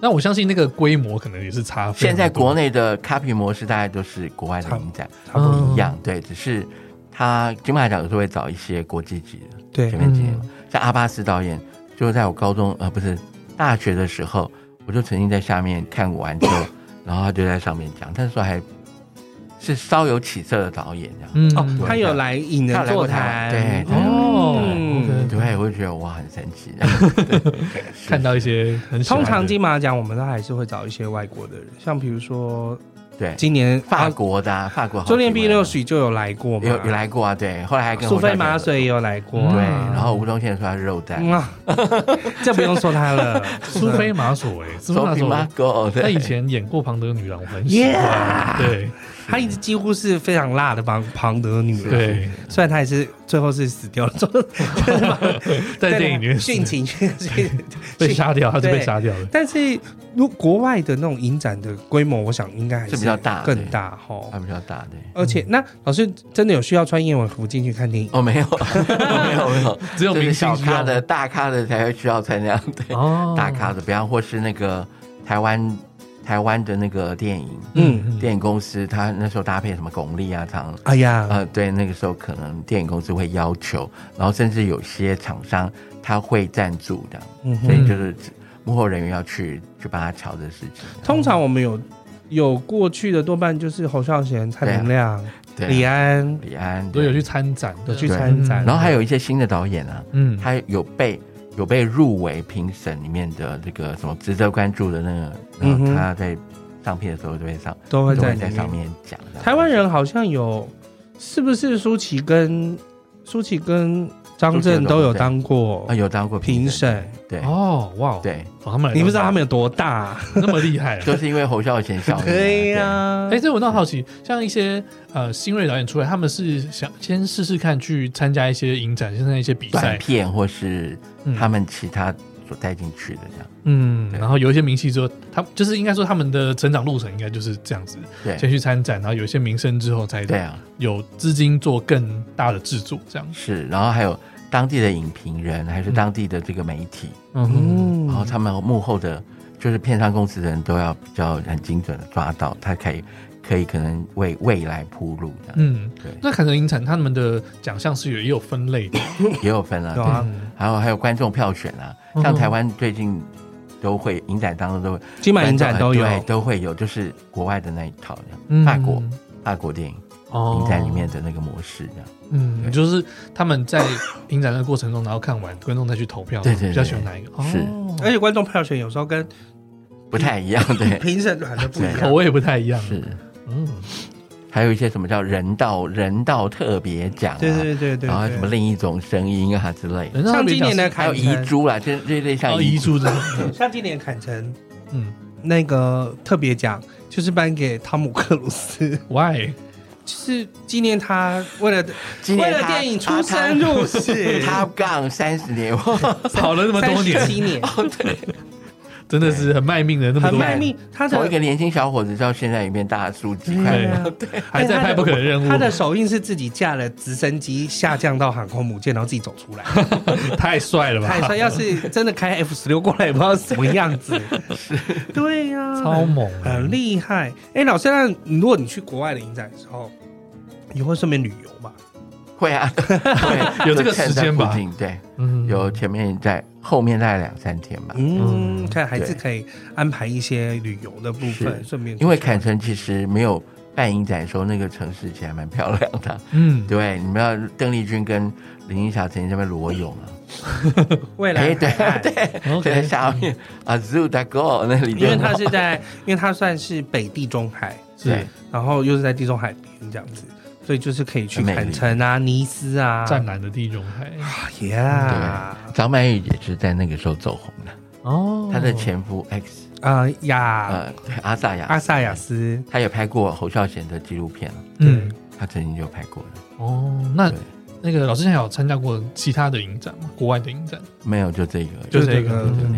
[SPEAKER 2] 那我相信那个规模可能也是差非常
[SPEAKER 3] 现
[SPEAKER 2] 多。
[SPEAKER 3] 在国内的 copy 模式大概都是国外的影展
[SPEAKER 1] 差不多
[SPEAKER 3] 一样，对，只是他金马奖有时候会找一些国际级的，
[SPEAKER 1] 对嗯
[SPEAKER 3] 前面几年嘛，像阿巴斯导演，就在我高中呃不是大学的时候，我就曾经在下面看完之 后，然后他就在上面讲，但是还是稍有起色的导演这样。
[SPEAKER 2] 嗯，
[SPEAKER 1] 哦，
[SPEAKER 2] 嗯
[SPEAKER 1] 他有来引人座谈，
[SPEAKER 3] 他有来过台湾对对
[SPEAKER 2] 哦
[SPEAKER 1] 嗯
[SPEAKER 2] OK
[SPEAKER 3] 对，我就觉得哇，很神 奇。
[SPEAKER 2] 看到一些很喜欢
[SPEAKER 1] 通
[SPEAKER 2] 的
[SPEAKER 1] 常金马奖我们都还是会找一些外国的人，像比如说
[SPEAKER 3] 对，
[SPEAKER 1] 今年
[SPEAKER 3] 法
[SPEAKER 1] 啊
[SPEAKER 3] 国的、啊、法国好几
[SPEAKER 1] 周
[SPEAKER 3] 位
[SPEAKER 1] 练 B 六十就有来过嘛，
[SPEAKER 3] 有有来过啊，对，后来还跟
[SPEAKER 1] 苏菲玛
[SPEAKER 3] 马
[SPEAKER 1] 水也有来过，
[SPEAKER 2] 嗯
[SPEAKER 3] 对，
[SPEAKER 2] 啊
[SPEAKER 3] 然后吴宗宪说他是肉蛋
[SPEAKER 1] 嗯， 啊，这不用说他 了，
[SPEAKER 2] 苏菲玛索哎，苏菲玛
[SPEAKER 3] 皮马
[SPEAKER 2] 索，
[SPEAKER 3] 狗，
[SPEAKER 2] 她
[SPEAKER 3] 对
[SPEAKER 2] 以前演过庞德女郎，我很喜欢。对
[SPEAKER 1] 她一直几乎是非常辣的庞庞德女人，
[SPEAKER 2] 对，
[SPEAKER 1] 虽然她也是最后是死掉了，
[SPEAKER 2] 在电影里面
[SPEAKER 1] 殉 情殉情
[SPEAKER 2] 被杀掉，她就被杀掉了。
[SPEAKER 1] 但是，如国外的那种影展的规模，我想应该还
[SPEAKER 3] 是比较大
[SPEAKER 1] 更大哈
[SPEAKER 3] 他。们比较大，对。
[SPEAKER 1] 而且，那老师真的有需要穿燕尾服进去看电影？
[SPEAKER 3] 哦，没有， 没有，没有，
[SPEAKER 2] 只有
[SPEAKER 3] 就是
[SPEAKER 2] 明星
[SPEAKER 3] 小
[SPEAKER 2] 需要
[SPEAKER 3] 咖
[SPEAKER 1] 啊
[SPEAKER 3] 的、大咖的才会需要参加，对，
[SPEAKER 2] 哦
[SPEAKER 3] 大咖的，比方或是那个台湾台湾的那个电影、
[SPEAKER 1] 嗯，
[SPEAKER 3] 电影公司，他那时候搭配什么巩俐啊、长
[SPEAKER 1] 哎呀，
[SPEAKER 3] 呃，对，那个时候可能电影公司会要求，然后甚至有些厂商他会赞助的，
[SPEAKER 1] 嗯
[SPEAKER 3] 所
[SPEAKER 1] 哼，
[SPEAKER 3] 以就是幕后人员要去去帮他瞧这事情。
[SPEAKER 1] 通常我们有有过去的多半就是侯孝贤、蔡明亮、李
[SPEAKER 3] 对啊，
[SPEAKER 1] 安
[SPEAKER 3] 李安
[SPEAKER 2] 都有去
[SPEAKER 3] 对
[SPEAKER 2] 参展的，
[SPEAKER 1] 有去参展，
[SPEAKER 2] 对
[SPEAKER 3] 然后还有一些新的导演啊，
[SPEAKER 2] 嗯，
[SPEAKER 3] 他有被有被入围评审里面的这个什么值得关注的那个，然
[SPEAKER 1] 嗯哼
[SPEAKER 3] 后他在上片的时候就会上，
[SPEAKER 1] 都会
[SPEAKER 3] 都
[SPEAKER 1] 在
[SPEAKER 3] 会
[SPEAKER 1] 里
[SPEAKER 3] 在
[SPEAKER 1] 面
[SPEAKER 3] 上。面讲。
[SPEAKER 1] 台湾人好像有，是不是舒淇跟舒淇跟张震都有当过
[SPEAKER 3] 啊有当过
[SPEAKER 1] 评
[SPEAKER 3] 评审，
[SPEAKER 1] 审？
[SPEAKER 3] 对
[SPEAKER 2] 哦，哇哦，
[SPEAKER 3] 对，
[SPEAKER 2] 哦，他们
[SPEAKER 1] 你不知道他
[SPEAKER 2] 们
[SPEAKER 1] 们有多大？
[SPEAKER 2] 那么厉 害啊，
[SPEAKER 3] 就是因为侯孝贤效应啊。
[SPEAKER 1] 对呀
[SPEAKER 2] 哎、，这我倒好奇，像一些呃新锐导演出来，他们是想先试试看去参加一些影展，参加一些比
[SPEAKER 3] 对短
[SPEAKER 2] 赛，
[SPEAKER 3] 片或是
[SPEAKER 2] 嗯
[SPEAKER 3] 他们其他所带进去的这样。
[SPEAKER 2] 嗯，
[SPEAKER 3] 对
[SPEAKER 2] 然后有一些名气之后，他就是应该说他们的成长路程应该就是这样子，先
[SPEAKER 3] 对，
[SPEAKER 2] 去参展，然后有一些名声之后，才
[SPEAKER 3] 对啊，
[SPEAKER 2] 有资金做更大的制作，这样，
[SPEAKER 3] 是。然后还有当地的影评人，还是当地的这个媒体，
[SPEAKER 2] 嗯，
[SPEAKER 1] 嗯
[SPEAKER 3] 然后他们幕后的就是片商公司的人都要比较很精准的抓到，他可以可以可能为未来铺路这样。
[SPEAKER 2] 嗯，
[SPEAKER 3] 对，
[SPEAKER 2] 那可能影展他们的奖项是有也有分类的，
[SPEAKER 3] 也有分啊。
[SPEAKER 1] 对
[SPEAKER 3] 对
[SPEAKER 1] 啊
[SPEAKER 2] 嗯
[SPEAKER 3] 还有还有观众票选啊，
[SPEAKER 1] 嗯
[SPEAKER 3] 像台湾最近都会影展当中都会
[SPEAKER 1] 金马影展都有，
[SPEAKER 3] 对都会有，就是国外的那一套这样，
[SPEAKER 2] 嗯
[SPEAKER 3] 法国法国电影
[SPEAKER 2] 哦
[SPEAKER 3] 影展里面的那个模式这样。
[SPEAKER 2] 嗯，
[SPEAKER 3] 对
[SPEAKER 2] 就是他们在影展的过程中，然后看完观众再去投票，
[SPEAKER 3] 对对对
[SPEAKER 2] 比较喜欢哪一个？
[SPEAKER 3] 是
[SPEAKER 2] 哦
[SPEAKER 1] 而且观众票选有时候跟
[SPEAKER 3] 不太一样， 对，
[SPEAKER 1] 评审团的不一
[SPEAKER 2] 口
[SPEAKER 1] 样。
[SPEAKER 2] 味不太一样。
[SPEAKER 3] 是。
[SPEAKER 2] 嗯，
[SPEAKER 3] 还有一些什么叫人道人道特别奖啊，
[SPEAKER 1] 对对对对对，呃
[SPEAKER 3] 然后还有什么另一种声音啊之类的，
[SPEAKER 2] 人家
[SPEAKER 1] 像
[SPEAKER 2] 比
[SPEAKER 1] 今
[SPEAKER 2] 较
[SPEAKER 1] 年的
[SPEAKER 2] 是
[SPEAKER 3] 还有
[SPEAKER 1] 坎
[SPEAKER 3] 遗
[SPEAKER 1] 城，
[SPEAKER 3] 珠啦，这这类像
[SPEAKER 2] 哦遗
[SPEAKER 3] 遗珠，
[SPEAKER 2] 珠的，
[SPEAKER 1] 像今年坎城
[SPEAKER 2] 嗯，
[SPEAKER 1] 那个特别奖，就是颁给汤姆克鲁斯，
[SPEAKER 2] Why？
[SPEAKER 1] 就是纪念他为了
[SPEAKER 3] 今年
[SPEAKER 1] 为了
[SPEAKER 3] 他
[SPEAKER 1] 电影
[SPEAKER 3] 他
[SPEAKER 1] 出生入 室
[SPEAKER 3] 他杠三十年，
[SPEAKER 2] 跑了那么多年
[SPEAKER 1] 三十，七年，
[SPEAKER 2] 真的是很卖命的，那么
[SPEAKER 1] 很
[SPEAKER 2] 多
[SPEAKER 1] 卖
[SPEAKER 2] 年，
[SPEAKER 1] 命。 他
[SPEAKER 3] 从
[SPEAKER 1] 的
[SPEAKER 3] 一个年轻小伙子到现在一变大叔，几
[SPEAKER 2] 对
[SPEAKER 3] 块
[SPEAKER 2] 啊还
[SPEAKER 1] 哎
[SPEAKER 2] 在
[SPEAKER 1] 他
[SPEAKER 2] 拍
[SPEAKER 1] 的
[SPEAKER 2] 不可能任
[SPEAKER 1] 他的
[SPEAKER 2] 务，
[SPEAKER 1] 首映是自己架了直升机下降到航空母舰，然后自己走出来。
[SPEAKER 2] 太帅了吧？
[SPEAKER 1] 他说要是真的开 F 十六过来，也不知道是什么样子。对呀、
[SPEAKER 2] 超猛，
[SPEAKER 1] 很厉害。哎、老师，那如果你去国外的影展的时候，你会顺便旅游吧？
[SPEAKER 3] 会 啊，对
[SPEAKER 2] 有这个时间吧
[SPEAKER 3] 就趁在附近对，
[SPEAKER 2] 嗯
[SPEAKER 3] 有前面在后面大概两三天吧。
[SPEAKER 1] 嗯，看还是
[SPEAKER 3] 对
[SPEAKER 1] 可以安排一些旅游的部分，
[SPEAKER 3] 是
[SPEAKER 1] 顺便出去
[SPEAKER 3] 因为坎城其实没有办影展的时候，那个城市其实还蛮漂亮的。
[SPEAKER 2] 嗯，
[SPEAKER 3] 对，你们要邓丽君跟林青霞曾经在那边裸泳啊，
[SPEAKER 1] 未来
[SPEAKER 3] 哎，
[SPEAKER 1] 海
[SPEAKER 3] 对
[SPEAKER 1] 岸。
[SPEAKER 3] 对，在
[SPEAKER 2] OK，
[SPEAKER 3] 下面啊，Zoo Da Go 那里就，
[SPEAKER 1] 因为它是在，因为它算是北地中海，
[SPEAKER 2] 是
[SPEAKER 3] 对
[SPEAKER 1] 然后又是在地中海边这样子，所以就是可以去
[SPEAKER 3] 很美丽
[SPEAKER 1] 坎城啊、尼斯啊。
[SPEAKER 2] 湛蓝的地中海
[SPEAKER 1] 啊，Yeah，
[SPEAKER 3] 张曼玉也是在那个时候走红的，
[SPEAKER 2] 哦，
[SPEAKER 3] 她的前夫 X
[SPEAKER 1] 啊呀，
[SPEAKER 3] 呃，对阿萨
[SPEAKER 1] 阿
[SPEAKER 3] 雅，
[SPEAKER 1] 萨雅斯，
[SPEAKER 3] 他也拍过侯孝贤的纪录片了，
[SPEAKER 2] 嗯
[SPEAKER 3] 他曾经就拍过了，
[SPEAKER 2] 哦，那
[SPEAKER 3] 对
[SPEAKER 2] 那个老师现在有参加过其他的影展吗？国外的影展
[SPEAKER 3] 没有就这个而已，
[SPEAKER 2] 就
[SPEAKER 1] 就是是
[SPEAKER 2] 这
[SPEAKER 1] 这
[SPEAKER 2] 个
[SPEAKER 1] 个
[SPEAKER 2] 嗯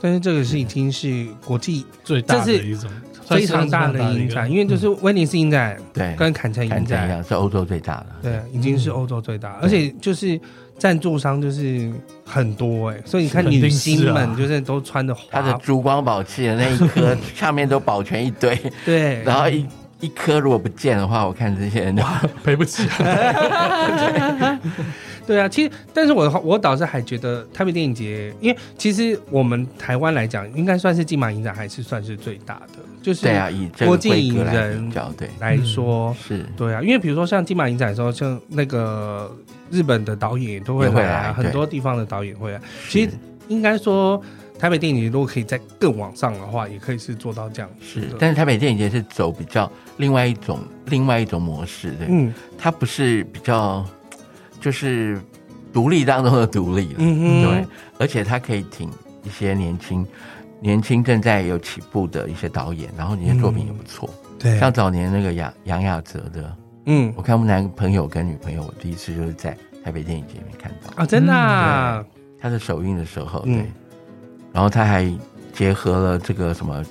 [SPEAKER 1] 但是这个是已经是国际
[SPEAKER 2] 最大的
[SPEAKER 1] 这是
[SPEAKER 2] 一种
[SPEAKER 1] 非常大的影展，因为就是威尼斯影展
[SPEAKER 3] 对，
[SPEAKER 1] 跟坎城
[SPEAKER 3] 坎
[SPEAKER 1] 影
[SPEAKER 3] 城一
[SPEAKER 1] 展，
[SPEAKER 3] 样是欧洲最大的，
[SPEAKER 1] 对，已经是欧洲最大，而且就是赞助商就是很多哎，所以你看
[SPEAKER 2] 肯定
[SPEAKER 1] 女
[SPEAKER 2] 是
[SPEAKER 1] 星
[SPEAKER 2] 啊
[SPEAKER 1] 们就是都穿的华
[SPEAKER 3] 它的珠光宝气的那一 颗上面都保全一堆，
[SPEAKER 1] 对，
[SPEAKER 3] 然后一一颗如果不见的话，我看这些人就
[SPEAKER 2] 赔不起啊，
[SPEAKER 1] 对啊，其实，但是我我倒是还觉得台北电影节，因为其实我们台湾来讲，应该算是金马影展还是算是最大的，就是
[SPEAKER 3] 对啊，以这
[SPEAKER 1] 国
[SPEAKER 3] 个
[SPEAKER 1] 际
[SPEAKER 3] 规格
[SPEAKER 1] 影
[SPEAKER 3] 来
[SPEAKER 1] 人
[SPEAKER 3] 比较，对，
[SPEAKER 1] 来说，
[SPEAKER 3] 是
[SPEAKER 1] 对啊，因为比如说像金马影展的时候，像那个日本的导演也都会
[SPEAKER 3] 也会
[SPEAKER 1] 来啊，
[SPEAKER 3] 来
[SPEAKER 1] 很
[SPEAKER 3] 对
[SPEAKER 1] 多地方的导演会来。其实
[SPEAKER 3] 是
[SPEAKER 1] 应该说，台北电影节如果可以再更往上的话，也可以是做到这样子
[SPEAKER 3] 是
[SPEAKER 1] 的，。
[SPEAKER 3] 但是台北电影节是走比较另外一种另外一种模式，对，
[SPEAKER 1] 嗯
[SPEAKER 3] 它不是比较就是独立当中的独立了，
[SPEAKER 1] 嗯
[SPEAKER 3] 对
[SPEAKER 1] 哼，，
[SPEAKER 3] 而且它可以挺一些年轻。年轻正在有起步的一些导演，然后你的作品也不错，
[SPEAKER 1] 对
[SPEAKER 3] 像早年那个杨杨雅哲的，
[SPEAKER 1] 嗯
[SPEAKER 3] 我看我们男朋友跟女朋友，我第一次就是在台北电影节里面看到
[SPEAKER 1] 啊，真的啊，
[SPEAKER 3] 他的首映的时候，
[SPEAKER 1] 嗯
[SPEAKER 3] 对，然后他还结合了这个什么，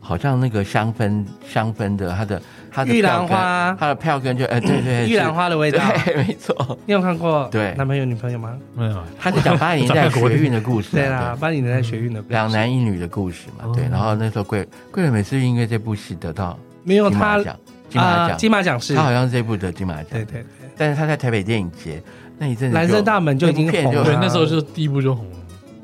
[SPEAKER 3] 好像那个香氛香氛的，他的他的
[SPEAKER 1] 玉
[SPEAKER 3] 票
[SPEAKER 1] 兰
[SPEAKER 3] 根，
[SPEAKER 1] 花，
[SPEAKER 3] 他的票根就呃 对对
[SPEAKER 1] 玉兰
[SPEAKER 3] 花
[SPEAKER 1] 花的味道，
[SPEAKER 3] 对 没错，
[SPEAKER 1] 你有看过
[SPEAKER 3] 对
[SPEAKER 1] 男朋友女朋友吗？
[SPEAKER 2] 没有啊，
[SPEAKER 3] 他是讲八零 年代学运的故事
[SPEAKER 1] 对
[SPEAKER 3] 啊，
[SPEAKER 1] 啦，八零年代学运的故
[SPEAKER 3] 对嗯
[SPEAKER 1] 事
[SPEAKER 3] 两男一女的故事嘛
[SPEAKER 2] 哦，
[SPEAKER 3] 对，然后那时候桂桂纶镁是因为这部戏得到
[SPEAKER 1] 没有
[SPEAKER 3] 金马
[SPEAKER 1] 他
[SPEAKER 3] 奖，金马
[SPEAKER 1] 啊，
[SPEAKER 3] 奖，
[SPEAKER 1] 金马奖是
[SPEAKER 3] 他，好像是这部得金马奖
[SPEAKER 1] 对，对
[SPEAKER 3] 但是他在台北电影节那一阵
[SPEAKER 1] 对，
[SPEAKER 3] 子就，
[SPEAKER 1] 蓝色大门就已经
[SPEAKER 3] 那部片
[SPEAKER 1] 红
[SPEAKER 3] 就
[SPEAKER 1] 了，
[SPEAKER 2] 对，那时候就第一部就红了，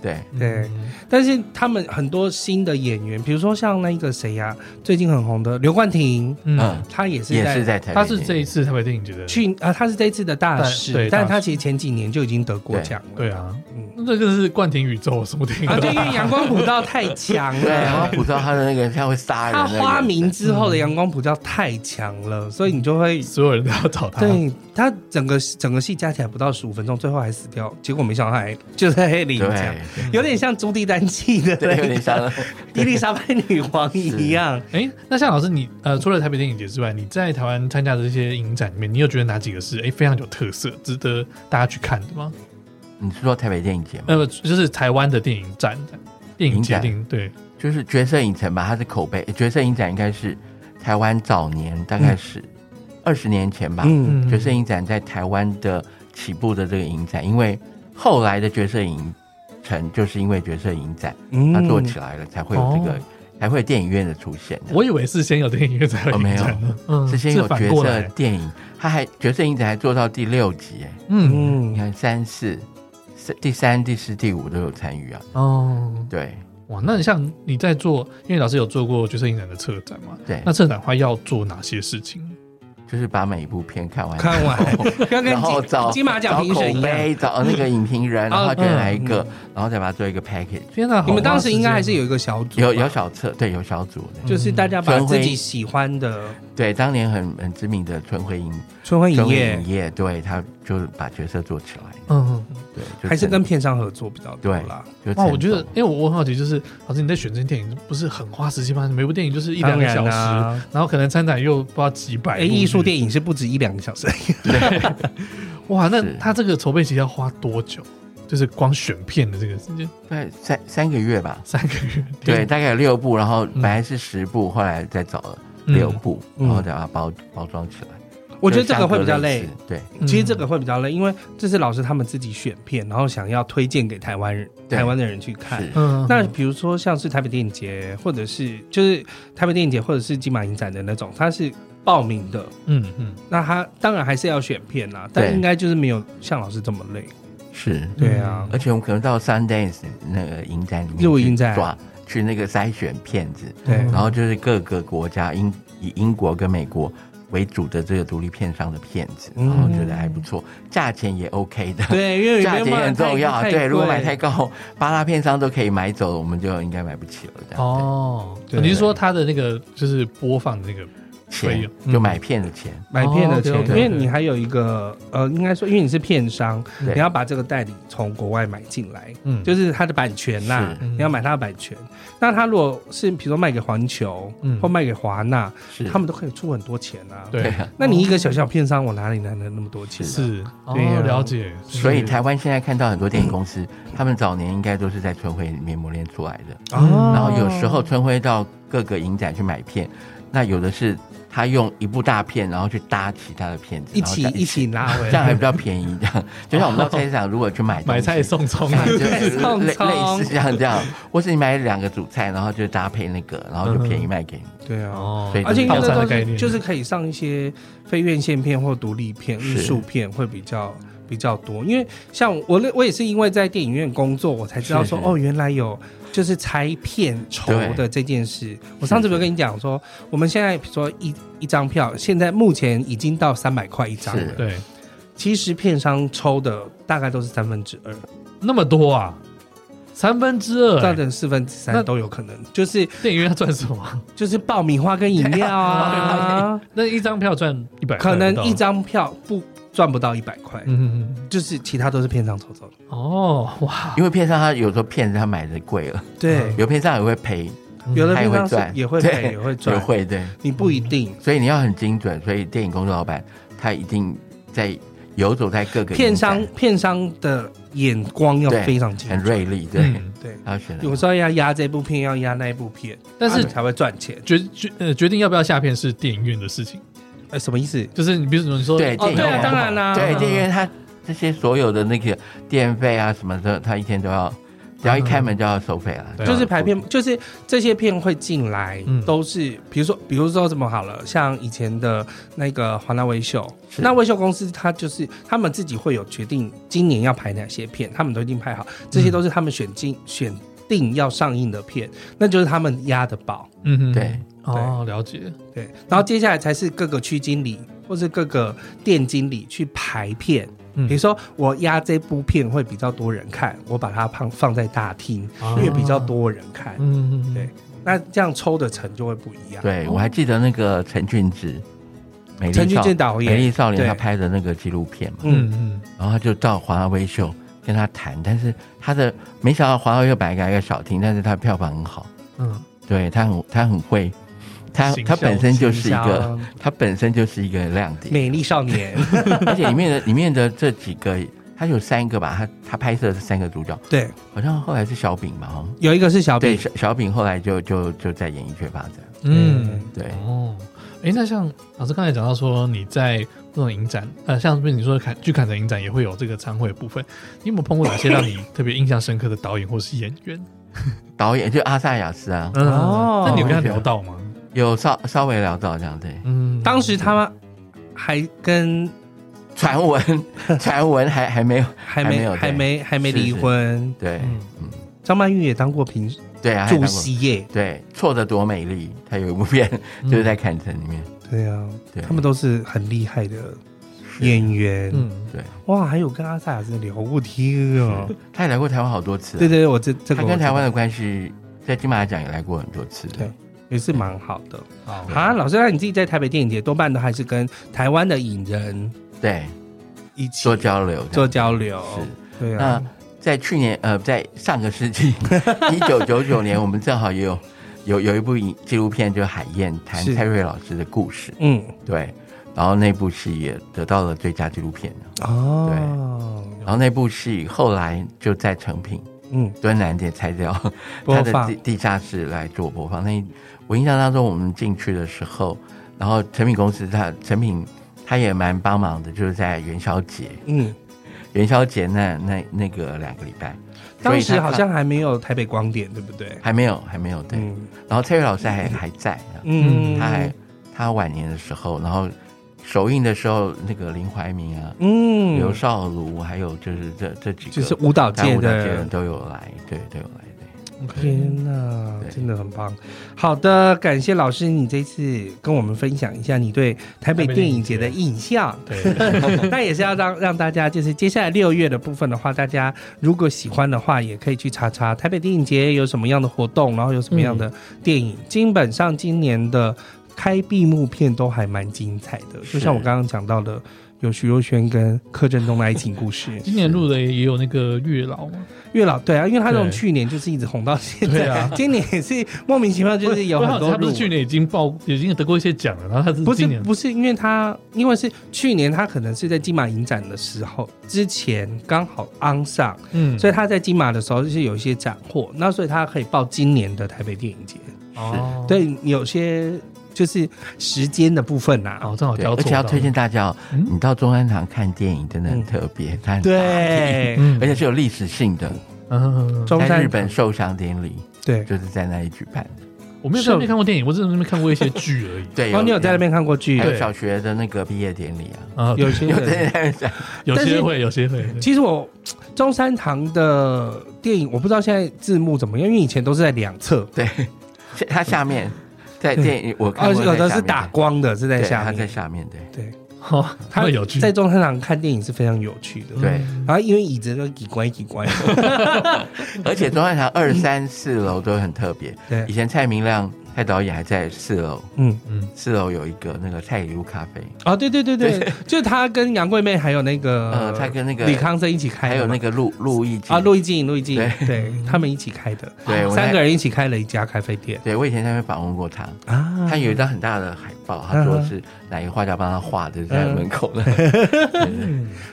[SPEAKER 3] 对
[SPEAKER 1] 对
[SPEAKER 2] 嗯，
[SPEAKER 1] 但是他们很多新的演员，比如说像那个谁呀、最近很红的刘冠廷，
[SPEAKER 2] 嗯
[SPEAKER 3] 嗯，
[SPEAKER 1] 他也是
[SPEAKER 3] 也
[SPEAKER 1] 在
[SPEAKER 3] 是在台北电
[SPEAKER 2] 他
[SPEAKER 3] 影节，
[SPEAKER 2] 是这一次台北电影节的，
[SPEAKER 1] 去啊、他是这一次的大
[SPEAKER 2] 但对
[SPEAKER 1] 使，但
[SPEAKER 2] 大
[SPEAKER 1] 他
[SPEAKER 2] 使
[SPEAKER 1] 其实前几年就已经得过奖了。
[SPEAKER 2] 对啊，
[SPEAKER 1] 嗯
[SPEAKER 2] 那这个是冠廷宇宙什么电影
[SPEAKER 1] 啊，对，因为阳光普照太强
[SPEAKER 3] 对，然后
[SPEAKER 1] 了。
[SPEAKER 3] 捕到他的那个他会杀人
[SPEAKER 1] 他
[SPEAKER 3] 的那个，
[SPEAKER 1] 花名之后
[SPEAKER 2] 嗯
[SPEAKER 1] 的阳光普照太强了，所以你就会
[SPEAKER 2] 所有人都要找
[SPEAKER 3] 啊
[SPEAKER 2] 他，
[SPEAKER 1] 对他整个整个戏加起来不到十五分钟，最后还死掉。结果没想到还就在黑领奖，
[SPEAKER 3] 对，
[SPEAKER 1] 有点像朱棣丹契的
[SPEAKER 3] 对，有
[SPEAKER 1] 那
[SPEAKER 3] 点像
[SPEAKER 1] 个
[SPEAKER 3] 了。
[SPEAKER 1] 伊丽莎白女王一样。
[SPEAKER 2] 哎，那像老师你呃，除了台北电影节之外，你在台湾参加的这些影展里面，你有觉得哪几个是哎非常有特色、值得大家去看的吗？
[SPEAKER 3] 你是说台北电影节吗？
[SPEAKER 2] 呃，就是台湾的电影展、电影节、
[SPEAKER 3] 影展
[SPEAKER 2] 电影对，
[SPEAKER 3] 就是《角色影城》吧，它是口碑，《角色影展》应该是台湾早年大概是二十年前吧，
[SPEAKER 1] 嗯
[SPEAKER 3] 角色影展》在台湾的起步的这个影展，因为后来的《角色影城》就是因为《角色影展》
[SPEAKER 1] 嗯
[SPEAKER 3] 它做起来了，才会有这个
[SPEAKER 2] 哦，
[SPEAKER 3] 才会有电影院的出现的。
[SPEAKER 2] 我以为是先有电影院才有
[SPEAKER 3] 哦
[SPEAKER 2] 影
[SPEAKER 3] 没有
[SPEAKER 2] 展呢，嗯
[SPEAKER 3] 之前有
[SPEAKER 2] 是反
[SPEAKER 3] 角
[SPEAKER 2] 过
[SPEAKER 3] 色
[SPEAKER 2] 来，
[SPEAKER 3] 电影，它还《角色影展》还做到第六集，哎，
[SPEAKER 2] 嗯，
[SPEAKER 3] 你
[SPEAKER 1] 嗯，
[SPEAKER 3] 看三四、四第三、第四、第五都有参与啊。
[SPEAKER 2] 哦，
[SPEAKER 3] 对
[SPEAKER 2] 哇，那你像你在做，因为老师有做过角色影展的策展嘛，
[SPEAKER 3] 对
[SPEAKER 2] 那，策展的话要做哪些事情？
[SPEAKER 3] 就是把每一部片看完，
[SPEAKER 1] 看完 要跟
[SPEAKER 3] 然后找
[SPEAKER 1] 金金马奖评审
[SPEAKER 3] 找
[SPEAKER 1] 一
[SPEAKER 3] 口
[SPEAKER 1] 样。
[SPEAKER 3] 碑，找那个影评人，
[SPEAKER 1] 哦
[SPEAKER 3] 然后选来一
[SPEAKER 1] 嗯
[SPEAKER 3] 个，然后再把它做一个 package。
[SPEAKER 2] 天哪，
[SPEAKER 1] 你们当时应该还是
[SPEAKER 2] 有
[SPEAKER 1] 有一个小组吧，
[SPEAKER 3] 有有小册，对，有小组的，
[SPEAKER 1] 就是大家把
[SPEAKER 3] 春晖
[SPEAKER 1] 自己喜欢的
[SPEAKER 3] 对，当年很很知名的春晖影
[SPEAKER 1] 春晖
[SPEAKER 3] 春
[SPEAKER 1] 影
[SPEAKER 3] 晖
[SPEAKER 1] 业
[SPEAKER 3] 影业，对他就是把角色做起来。
[SPEAKER 2] 嗯，嗯
[SPEAKER 3] 对，就
[SPEAKER 1] 还是
[SPEAKER 3] 真的
[SPEAKER 1] 跟片商合作比较多啦。
[SPEAKER 3] 就
[SPEAKER 2] 哇，我
[SPEAKER 3] 成
[SPEAKER 2] 觉得
[SPEAKER 3] 本，
[SPEAKER 2] 因为我我很好奇，就是老师你在选这些电影，不是很花时间吗？每部电影就是一
[SPEAKER 1] 一
[SPEAKER 2] 两个小时，然
[SPEAKER 1] 啊，
[SPEAKER 2] 后可能参展又不知道几百
[SPEAKER 1] 哎，
[SPEAKER 2] 部
[SPEAKER 1] 艺术
[SPEAKER 2] 剧
[SPEAKER 1] 电影是不止一两个小时，
[SPEAKER 2] 哇，那
[SPEAKER 3] 是
[SPEAKER 2] 他这个筹备期要花多久？就是光选片的这个时间，
[SPEAKER 3] 对三三个月吧，
[SPEAKER 2] 三个月。
[SPEAKER 3] 对，，大概有六部，然后
[SPEAKER 2] 嗯
[SPEAKER 3] 本来是十部，后来再找了
[SPEAKER 2] 嗯
[SPEAKER 3] 六部，
[SPEAKER 1] 嗯
[SPEAKER 3] 然后再把它包包装起来。
[SPEAKER 1] 我觉得这个会比较
[SPEAKER 3] 就
[SPEAKER 1] 累
[SPEAKER 3] 是。相隔类似，
[SPEAKER 2] 嗯
[SPEAKER 1] 其实这个会比较累，因为这是老师他们自己选片，然后想要推荐给台湾人、
[SPEAKER 3] 对
[SPEAKER 1] 台湾的人去
[SPEAKER 3] 对，
[SPEAKER 1] 看。
[SPEAKER 3] 是
[SPEAKER 2] 嗯
[SPEAKER 1] 那比如说像是台北电影节，或者是就是台北电影节，或者是金马影展的那种，它是报名的，
[SPEAKER 2] 嗯嗯，
[SPEAKER 1] 那它当然还是要选片啦，
[SPEAKER 3] 对
[SPEAKER 1] 但应该就是没有像老师这么 累。
[SPEAKER 3] 是，
[SPEAKER 1] 对啊，
[SPEAKER 3] 而且我们可能到 Sundance 那个影展里面
[SPEAKER 1] 日舞
[SPEAKER 3] 去
[SPEAKER 1] 影展
[SPEAKER 3] 抓去那个筛选片子，
[SPEAKER 1] 对啊
[SPEAKER 2] 嗯
[SPEAKER 3] 然后就是各个国家英以英国跟美国为主的这个独立片商的片子，
[SPEAKER 1] 嗯
[SPEAKER 3] 然后觉得还不错，价钱也 OK 的。
[SPEAKER 1] 对，因为
[SPEAKER 3] 价
[SPEAKER 1] 有
[SPEAKER 3] 钱也很重要，对，如果买太
[SPEAKER 1] 高，
[SPEAKER 3] 高，八大片商都可以买走，我们就应该买不起了。这样
[SPEAKER 2] 哦，
[SPEAKER 1] 对
[SPEAKER 2] 你是说他的那个就是播放的那个可以
[SPEAKER 3] 钱
[SPEAKER 2] 嗯
[SPEAKER 3] 就买片的钱，
[SPEAKER 1] 买片的钱，
[SPEAKER 2] 哦
[SPEAKER 1] 因
[SPEAKER 2] ，OK，OK，OK
[SPEAKER 1] 为你还有一个呃，应该说，因为你是片商，
[SPEAKER 3] 对
[SPEAKER 1] 你要把这个代理从国外买进来，
[SPEAKER 2] 嗯
[SPEAKER 1] 就是它的版权啦、
[SPEAKER 3] 是
[SPEAKER 1] 你要买它的版权。那它如果是比如说卖给环球，
[SPEAKER 2] 嗯
[SPEAKER 1] 或卖给华纳，
[SPEAKER 3] 是
[SPEAKER 1] 他们都可以出很多钱啊。
[SPEAKER 2] 对
[SPEAKER 3] 啊
[SPEAKER 1] 那你一个小小片商，我哪里来的那么多钱、啊？
[SPEAKER 2] 是哦
[SPEAKER 1] 对啊
[SPEAKER 2] 了解，
[SPEAKER 3] 所以台湾现在看到很多电影公司，他们早年应该都是在春晖里面磨练出来的。
[SPEAKER 2] 嗯
[SPEAKER 1] 哦，
[SPEAKER 2] 啊
[SPEAKER 3] 然后有时候春晖到各个影展去买片，那有的是他用一部大片，然后去搭其他的片子，
[SPEAKER 1] 一起
[SPEAKER 3] 然后再
[SPEAKER 1] 一起拉 回
[SPEAKER 3] 这样还
[SPEAKER 1] 来
[SPEAKER 3] 比。较便宜。这样就像我们到菜市场，如果去买东西
[SPEAKER 2] 买菜。送葱啊
[SPEAKER 3] 对，就
[SPEAKER 1] 对
[SPEAKER 3] 是
[SPEAKER 1] 送
[SPEAKER 3] 类
[SPEAKER 1] 葱
[SPEAKER 3] 类似像这样，或是你买两个主菜，然后就搭配那个，然后就
[SPEAKER 2] 嗯
[SPEAKER 3] 便宜卖给你。
[SPEAKER 1] 对啊，
[SPEAKER 2] 哦
[SPEAKER 3] 对
[SPEAKER 1] 而且因为
[SPEAKER 2] 套餐
[SPEAKER 1] 这
[SPEAKER 2] 的
[SPEAKER 1] 都
[SPEAKER 2] 概念
[SPEAKER 1] 是就是可以上一些非院线片或独立片、
[SPEAKER 3] 是
[SPEAKER 1] 艺术片会比较比较多。因为像我那，我也是因为在电影院工作，我才知道说
[SPEAKER 3] 是是
[SPEAKER 1] 哦，原来有就是拆片酬的这件事。我
[SPEAKER 3] 是
[SPEAKER 1] 上次不是跟你讲说，我们现在比如说一一张票，现在目前已经到三百块一张了
[SPEAKER 3] 是。
[SPEAKER 2] 对
[SPEAKER 1] 其实片商抽的大概都是三分之二，
[SPEAKER 2] 那么多啊，三分之哎二
[SPEAKER 1] 到
[SPEAKER 2] 欸，
[SPEAKER 1] 的四分之
[SPEAKER 2] 那
[SPEAKER 1] 三都有可能，就是
[SPEAKER 2] 电影院要赚什么？
[SPEAKER 1] 就是爆米花跟饮料啊，
[SPEAKER 2] 那一张票赚一百，
[SPEAKER 1] 可能一，张票不赚不到一百块，
[SPEAKER 2] 嗯嗯嗯，
[SPEAKER 1] 就是其他都是片商抽走的。
[SPEAKER 2] 哦哇，
[SPEAKER 3] 因为片商他有时候片子他买的贵了，
[SPEAKER 1] 对，
[SPEAKER 3] 有片商也会赔，
[SPEAKER 1] 嗯
[SPEAKER 2] 嗯
[SPEAKER 1] 有的
[SPEAKER 3] 他也
[SPEAKER 1] 片
[SPEAKER 3] 会
[SPEAKER 1] 商
[SPEAKER 3] 赚
[SPEAKER 1] 是，也会
[SPEAKER 3] 对
[SPEAKER 1] 赔，也会
[SPEAKER 3] 也
[SPEAKER 1] 赚，
[SPEAKER 3] 会嗯对。
[SPEAKER 1] 你不一定。
[SPEAKER 3] 所以你要很精准，所以电影工作老板他一定在游走在各个
[SPEAKER 1] 片商
[SPEAKER 3] 影
[SPEAKER 1] 片商的眼光要
[SPEAKER 3] 对
[SPEAKER 1] 非常
[SPEAKER 3] 展
[SPEAKER 1] 精
[SPEAKER 3] 很
[SPEAKER 1] 准，
[SPEAKER 3] 锐利，对，
[SPEAKER 2] 嗯
[SPEAKER 1] 对，
[SPEAKER 3] 他选
[SPEAKER 1] 有
[SPEAKER 3] 了
[SPEAKER 1] 时候要压这部片，要压那一部片，
[SPEAKER 2] 但是
[SPEAKER 1] 他才会赚钱。
[SPEAKER 2] 决决呃决定要不要下片是电影院的事情，
[SPEAKER 3] 哎
[SPEAKER 1] 呃，什么意思？
[SPEAKER 2] 就是你比如说你说
[SPEAKER 3] 对
[SPEAKER 2] 哦
[SPEAKER 3] 电影
[SPEAKER 2] 对啊
[SPEAKER 3] 院
[SPEAKER 2] 当然啦，
[SPEAKER 3] 对，
[SPEAKER 2] 嗯
[SPEAKER 3] 电影院他这些所有的那个电费啊什么的，他一天都要，只要一开门就要收费了，
[SPEAKER 2] 对啊
[SPEAKER 1] 就是排片，就是这些片会进来，
[SPEAKER 2] 嗯
[SPEAKER 1] 都是比如说，比如说怎么好了，像以前的那个华纳威秀，
[SPEAKER 3] 是
[SPEAKER 1] 那威秀公司它就是他们自己会有决定今年要排哪些片，他们都已经排好，这些都是他们选进、选定要上映的片，那就是他们压的宝，
[SPEAKER 2] 嗯哼
[SPEAKER 3] 对，
[SPEAKER 2] 哦了解，
[SPEAKER 1] 对，然后接下来才是各个区经理或是各个店经理去排片。
[SPEAKER 2] 嗯
[SPEAKER 1] 比如说，我压这部片会比较多人看，我把它放放在大厅，因为比较多人看。
[SPEAKER 2] 啊嗯嗯嗯
[SPEAKER 1] 对那这样抽的成就会不一样。，
[SPEAKER 3] 对我还记得那个陈俊之，美丽
[SPEAKER 1] 陈俊
[SPEAKER 3] 少
[SPEAKER 1] 健导
[SPEAKER 3] 美
[SPEAKER 1] 演，
[SPEAKER 3] 丽少年
[SPEAKER 1] 对
[SPEAKER 3] 他拍的那个纪录片嘛，
[SPEAKER 1] 嗯，
[SPEAKER 2] 嗯
[SPEAKER 3] 然后他就到华纳威秀跟他谈，但是他的没想到华纳威秀本来给他一个小厅，但是他票房很好，
[SPEAKER 2] 嗯
[SPEAKER 3] 对他很他很会，他
[SPEAKER 2] 行销
[SPEAKER 3] 他本身就是一个。
[SPEAKER 1] 像
[SPEAKER 3] 它本身就是一个亮 点，
[SPEAKER 1] 美丽少 年，
[SPEAKER 3] 而且里面的里面的这几个，它有三个吧，它它拍摄的是三个主角，
[SPEAKER 1] 对，
[SPEAKER 3] 好像后来是小饼吧，哦，
[SPEAKER 1] 有一个是小
[SPEAKER 3] 对，
[SPEAKER 1] 比，
[SPEAKER 3] 小小饼后来就就就在演艺圈发展，
[SPEAKER 2] 嗯
[SPEAKER 3] 对，
[SPEAKER 2] 哦，哎，那像老师刚才讲到说你在这种影展，呃，像比如你说看去看展影展也会有这个参会的部分，你有没有碰过哪些让你特别印象深刻的导演或是演员？
[SPEAKER 3] 导演就阿萨雅斯啊，
[SPEAKER 2] 嗯
[SPEAKER 1] 哦
[SPEAKER 2] 那你有跟他聊到吗？
[SPEAKER 3] 有稍稍微聊到这样，对，
[SPEAKER 2] 嗯，
[SPEAKER 1] 当时他们还跟
[SPEAKER 3] 传闻传闻 还还没有，
[SPEAKER 1] 还
[SPEAKER 3] 还没
[SPEAKER 1] 没
[SPEAKER 3] 有对
[SPEAKER 1] 还没还没
[SPEAKER 3] 是
[SPEAKER 1] 离
[SPEAKER 3] 是
[SPEAKER 1] 婚，
[SPEAKER 3] 对，
[SPEAKER 2] 嗯
[SPEAKER 3] 嗯，
[SPEAKER 1] 张曼玉也当过评
[SPEAKER 3] 对啊，还有
[SPEAKER 1] 主
[SPEAKER 3] 当过
[SPEAKER 1] 席耶，
[SPEAKER 3] 对，错的多美丽，他有一部片
[SPEAKER 2] 嗯
[SPEAKER 3] 就是在坎城里面，
[SPEAKER 1] 对啊，
[SPEAKER 3] 对，
[SPEAKER 1] 他们都是很厉害的演员，
[SPEAKER 2] 嗯
[SPEAKER 3] 对，
[SPEAKER 1] 哇，还有跟阿萨雅斯聊过天哦，
[SPEAKER 3] 他也来过台湾好多次啊，
[SPEAKER 1] 对对对，我这这个
[SPEAKER 3] 他
[SPEAKER 1] 我
[SPEAKER 3] 跟
[SPEAKER 1] 知
[SPEAKER 3] 台湾
[SPEAKER 1] 道
[SPEAKER 3] 的关系，在金马奖也来过很多次，
[SPEAKER 1] 对也是蛮好的
[SPEAKER 2] 好，
[SPEAKER 1] 啊，老师，那你自己在台北电影节多半都还是跟台湾的影人
[SPEAKER 3] 对。
[SPEAKER 1] 一起
[SPEAKER 3] 做交流，
[SPEAKER 1] 做交流，
[SPEAKER 3] 是
[SPEAKER 1] 对啊
[SPEAKER 3] 那，在去年呃，在上个世 纪一九九九年，我们正好也有有有一部影纪录片，就是《海燕》，谈
[SPEAKER 1] 是
[SPEAKER 3] 蔡瑞老师的故事，
[SPEAKER 1] 嗯，
[SPEAKER 3] 对。然后那部戏也得到了最佳纪录片，
[SPEAKER 1] 哦，
[SPEAKER 3] 然后那部戏后来就在成品
[SPEAKER 1] 嗯，
[SPEAKER 3] 敦南街拆掉
[SPEAKER 1] 播
[SPEAKER 3] 他的
[SPEAKER 1] 放
[SPEAKER 3] 地地下室来做播放。那一我印象当中，我们进去的时候，然后成品公司他成品他也蛮帮忙的，就是在元宵节，
[SPEAKER 1] 嗯，
[SPEAKER 3] 元宵节那那那个两个礼拜，所
[SPEAKER 1] 当
[SPEAKER 3] 以
[SPEAKER 1] 时
[SPEAKER 3] 他
[SPEAKER 1] 好像还没有台北光点，对不对？
[SPEAKER 3] 还没有还没有对。
[SPEAKER 1] 嗯
[SPEAKER 3] 然后蔡瑞老师还还在，啊
[SPEAKER 1] 嗯，
[SPEAKER 3] 他还他晚年的时候，然后首映的时候，那个林怀民啊、
[SPEAKER 1] 嗯，
[SPEAKER 3] 刘少儒，还有就是这这几个，
[SPEAKER 1] 就是舞蹈
[SPEAKER 3] 大
[SPEAKER 1] 界
[SPEAKER 3] 舞蹈界
[SPEAKER 1] 的
[SPEAKER 3] 人，都有来，对都有来，对。
[SPEAKER 2] OK，
[SPEAKER 1] 天呐，
[SPEAKER 3] 对
[SPEAKER 1] 真的很棒！好的，感谢老师，你这次跟我们分享一下你对台北电影节的印象。
[SPEAKER 2] 对，
[SPEAKER 1] 那也是要让让大家，就是接下来六月的部分的话，大家如果喜欢的话，也可以去查查台北电影节有什么样的活动，然后有什么样
[SPEAKER 2] 嗯
[SPEAKER 1] 的电影。基本上今年的开闭幕片都还蛮精彩的，
[SPEAKER 3] 是
[SPEAKER 1] 就像我刚刚讲到的，有徐若瑄跟柯震东的爱情故事
[SPEAKER 2] 。今年录的也有那个月老 嘛，
[SPEAKER 1] 月老对啊，因为他从
[SPEAKER 2] 对
[SPEAKER 1] 去年就是一直红到现
[SPEAKER 2] 对
[SPEAKER 1] 在，
[SPEAKER 2] 啊
[SPEAKER 1] 今年也是莫名其妙就是有
[SPEAKER 2] 不是
[SPEAKER 1] 很多
[SPEAKER 2] 他不
[SPEAKER 1] 入
[SPEAKER 2] 是
[SPEAKER 1] 围
[SPEAKER 2] 去年已经报已经得过一些奖了，然后他是
[SPEAKER 1] 不是
[SPEAKER 2] 今年
[SPEAKER 1] 不是，因为他因为是去年他可能是在金马影展的时候之前刚好 on 上，
[SPEAKER 2] 嗯
[SPEAKER 1] 所以他在金马的时候就是有一些斩获，那所以他可以报今年的台北电影节。
[SPEAKER 2] 哦
[SPEAKER 1] 对，有些就是时间的部分呐、啊。
[SPEAKER 2] 哦正好
[SPEAKER 3] 对，
[SPEAKER 2] 交
[SPEAKER 3] 而
[SPEAKER 2] 错
[SPEAKER 3] 且要
[SPEAKER 2] 到，
[SPEAKER 3] 推荐大家哦，
[SPEAKER 2] 嗯
[SPEAKER 3] 你到中山堂看电影真的很特别，它很大
[SPEAKER 1] 嗯对，
[SPEAKER 2] 嗯
[SPEAKER 3] 而且是有历史性的，
[SPEAKER 2] 嗯，
[SPEAKER 1] 中
[SPEAKER 3] 在
[SPEAKER 1] 山
[SPEAKER 3] 日本受赏典礼
[SPEAKER 1] 对，
[SPEAKER 3] 就是在那里举办的。
[SPEAKER 2] 我没有在那边看过电影，我只是在那边看过一些剧 而已
[SPEAKER 3] 对，
[SPEAKER 1] 哦，你有在那边看过剧
[SPEAKER 3] 还？有
[SPEAKER 2] 对
[SPEAKER 3] 小学的那个毕业典礼啊，
[SPEAKER 2] 啊，
[SPEAKER 1] 有些
[SPEAKER 3] 有
[SPEAKER 1] 人
[SPEAKER 3] 在那边讲
[SPEAKER 2] 有
[SPEAKER 1] 但是
[SPEAKER 2] 些会有些会，对
[SPEAKER 1] 其实我中山堂的电影，我不知道现在字幕怎么样，因为以前都是在两侧，
[SPEAKER 3] 对，它下面在电影我
[SPEAKER 1] 哦，
[SPEAKER 3] 看过在
[SPEAKER 1] 有的
[SPEAKER 3] 下
[SPEAKER 1] 是
[SPEAKER 3] 面
[SPEAKER 1] 打光的，是在
[SPEAKER 3] 对，
[SPEAKER 1] 下
[SPEAKER 3] 它在
[SPEAKER 1] 面。
[SPEAKER 3] 下面对
[SPEAKER 1] 对，
[SPEAKER 2] 哦，他们有趣，
[SPEAKER 1] 在中山堂看电影是非常有趣的。
[SPEAKER 3] 对，
[SPEAKER 2] 嗯
[SPEAKER 1] 然后因为椅子都几乖几乖，
[SPEAKER 3] 而且中山堂二三四楼都很特别。以
[SPEAKER 1] 对，
[SPEAKER 3] 前蔡明亮蔡导演还在四楼，
[SPEAKER 1] 嗯，
[SPEAKER 2] 嗯，
[SPEAKER 3] 四楼有一个那个蔡李路咖啡，
[SPEAKER 1] 啊，对对对对， 就他跟杨贵妹还有那个
[SPEAKER 3] 呃，他跟那个
[SPEAKER 1] 李康生一起开的
[SPEAKER 3] 还有那
[SPEAKER 1] 嘛
[SPEAKER 3] 个陆陆毅
[SPEAKER 1] 啊，陆毅进陆毅进，
[SPEAKER 3] 对
[SPEAKER 1] 对 他们一起开的，
[SPEAKER 3] 对我在
[SPEAKER 1] 三个人一起开了一家咖啡店
[SPEAKER 3] 对，我以前在那边访问过他，
[SPEAKER 1] 啊
[SPEAKER 3] 他有一张很大的海报，他
[SPEAKER 1] 嗯
[SPEAKER 3] 说是哪一个画家帮他画的，在门 口的。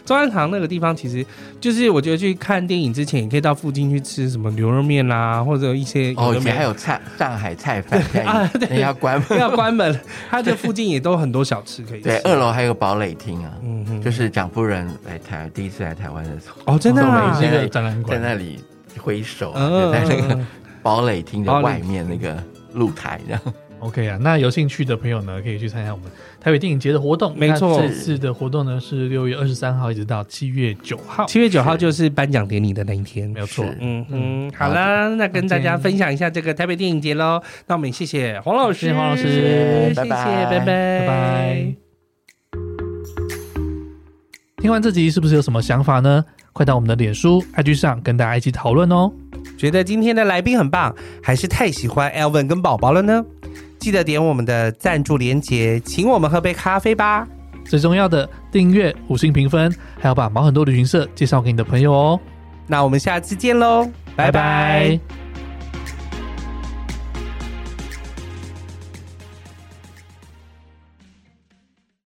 [SPEAKER 1] 中山堂那个地方，其实就是我觉得去看电影之前，也可以到附近去吃什么牛肉面啦，或者一些
[SPEAKER 3] 哦，
[SPEAKER 1] 有
[SPEAKER 3] 以
[SPEAKER 1] 的没
[SPEAKER 3] 前
[SPEAKER 1] 的
[SPEAKER 3] 还有菜上海菜饭，现
[SPEAKER 1] 啊
[SPEAKER 3] 在人家关门。
[SPEAKER 1] 要关 门，它这附近也都很多小吃可以吃。
[SPEAKER 3] 对，二楼还有堡垒厅啊，
[SPEAKER 1] 嗯哼，
[SPEAKER 3] 就是蒋夫人来台第一次来台湾的时候，
[SPEAKER 1] 哦，真的啊
[SPEAKER 2] 是一个展览
[SPEAKER 3] 在
[SPEAKER 2] 馆，
[SPEAKER 3] 那里挥手啊，就
[SPEAKER 1] 嗯，
[SPEAKER 3] 在那个
[SPEAKER 1] 嗯
[SPEAKER 3] 堡垒厅的
[SPEAKER 1] 堡垒
[SPEAKER 3] 外面那个露台这样。
[SPEAKER 2] OK 啊，那有兴趣的朋友呢，可以去参加我们台北电影节的活动。
[SPEAKER 1] 没
[SPEAKER 2] 那
[SPEAKER 1] 错
[SPEAKER 2] 这次的活动呢是六月二十三号一直到七月九号，
[SPEAKER 1] 七月九号就是颁奖典礼的那一天
[SPEAKER 2] 没。有错。
[SPEAKER 3] 是
[SPEAKER 1] 嗯哼，好
[SPEAKER 3] 好
[SPEAKER 1] 啦，那跟大家
[SPEAKER 2] 再见
[SPEAKER 1] 分享一下这个台北电影节喽。那我们也谢谢黄老师，
[SPEAKER 2] 谢谢黄老师
[SPEAKER 1] 谢谢，
[SPEAKER 3] 拜拜
[SPEAKER 1] 拜拜，
[SPEAKER 2] 拜
[SPEAKER 1] 拜
[SPEAKER 2] 拜。听完这集是不是有什么想法呢？快到我们的脸书、IG 上跟大家一起讨论哦。
[SPEAKER 1] 觉得今天的来宾很棒，还是太喜欢 Elvin 跟宝宝了呢？记得点我们的赞助连结，请我们喝杯咖啡吧。
[SPEAKER 2] 最重要的，订阅、五星评分，还要把毛很多旅行社介绍给你的朋友哦。
[SPEAKER 1] 那我们下次见喽，拜拜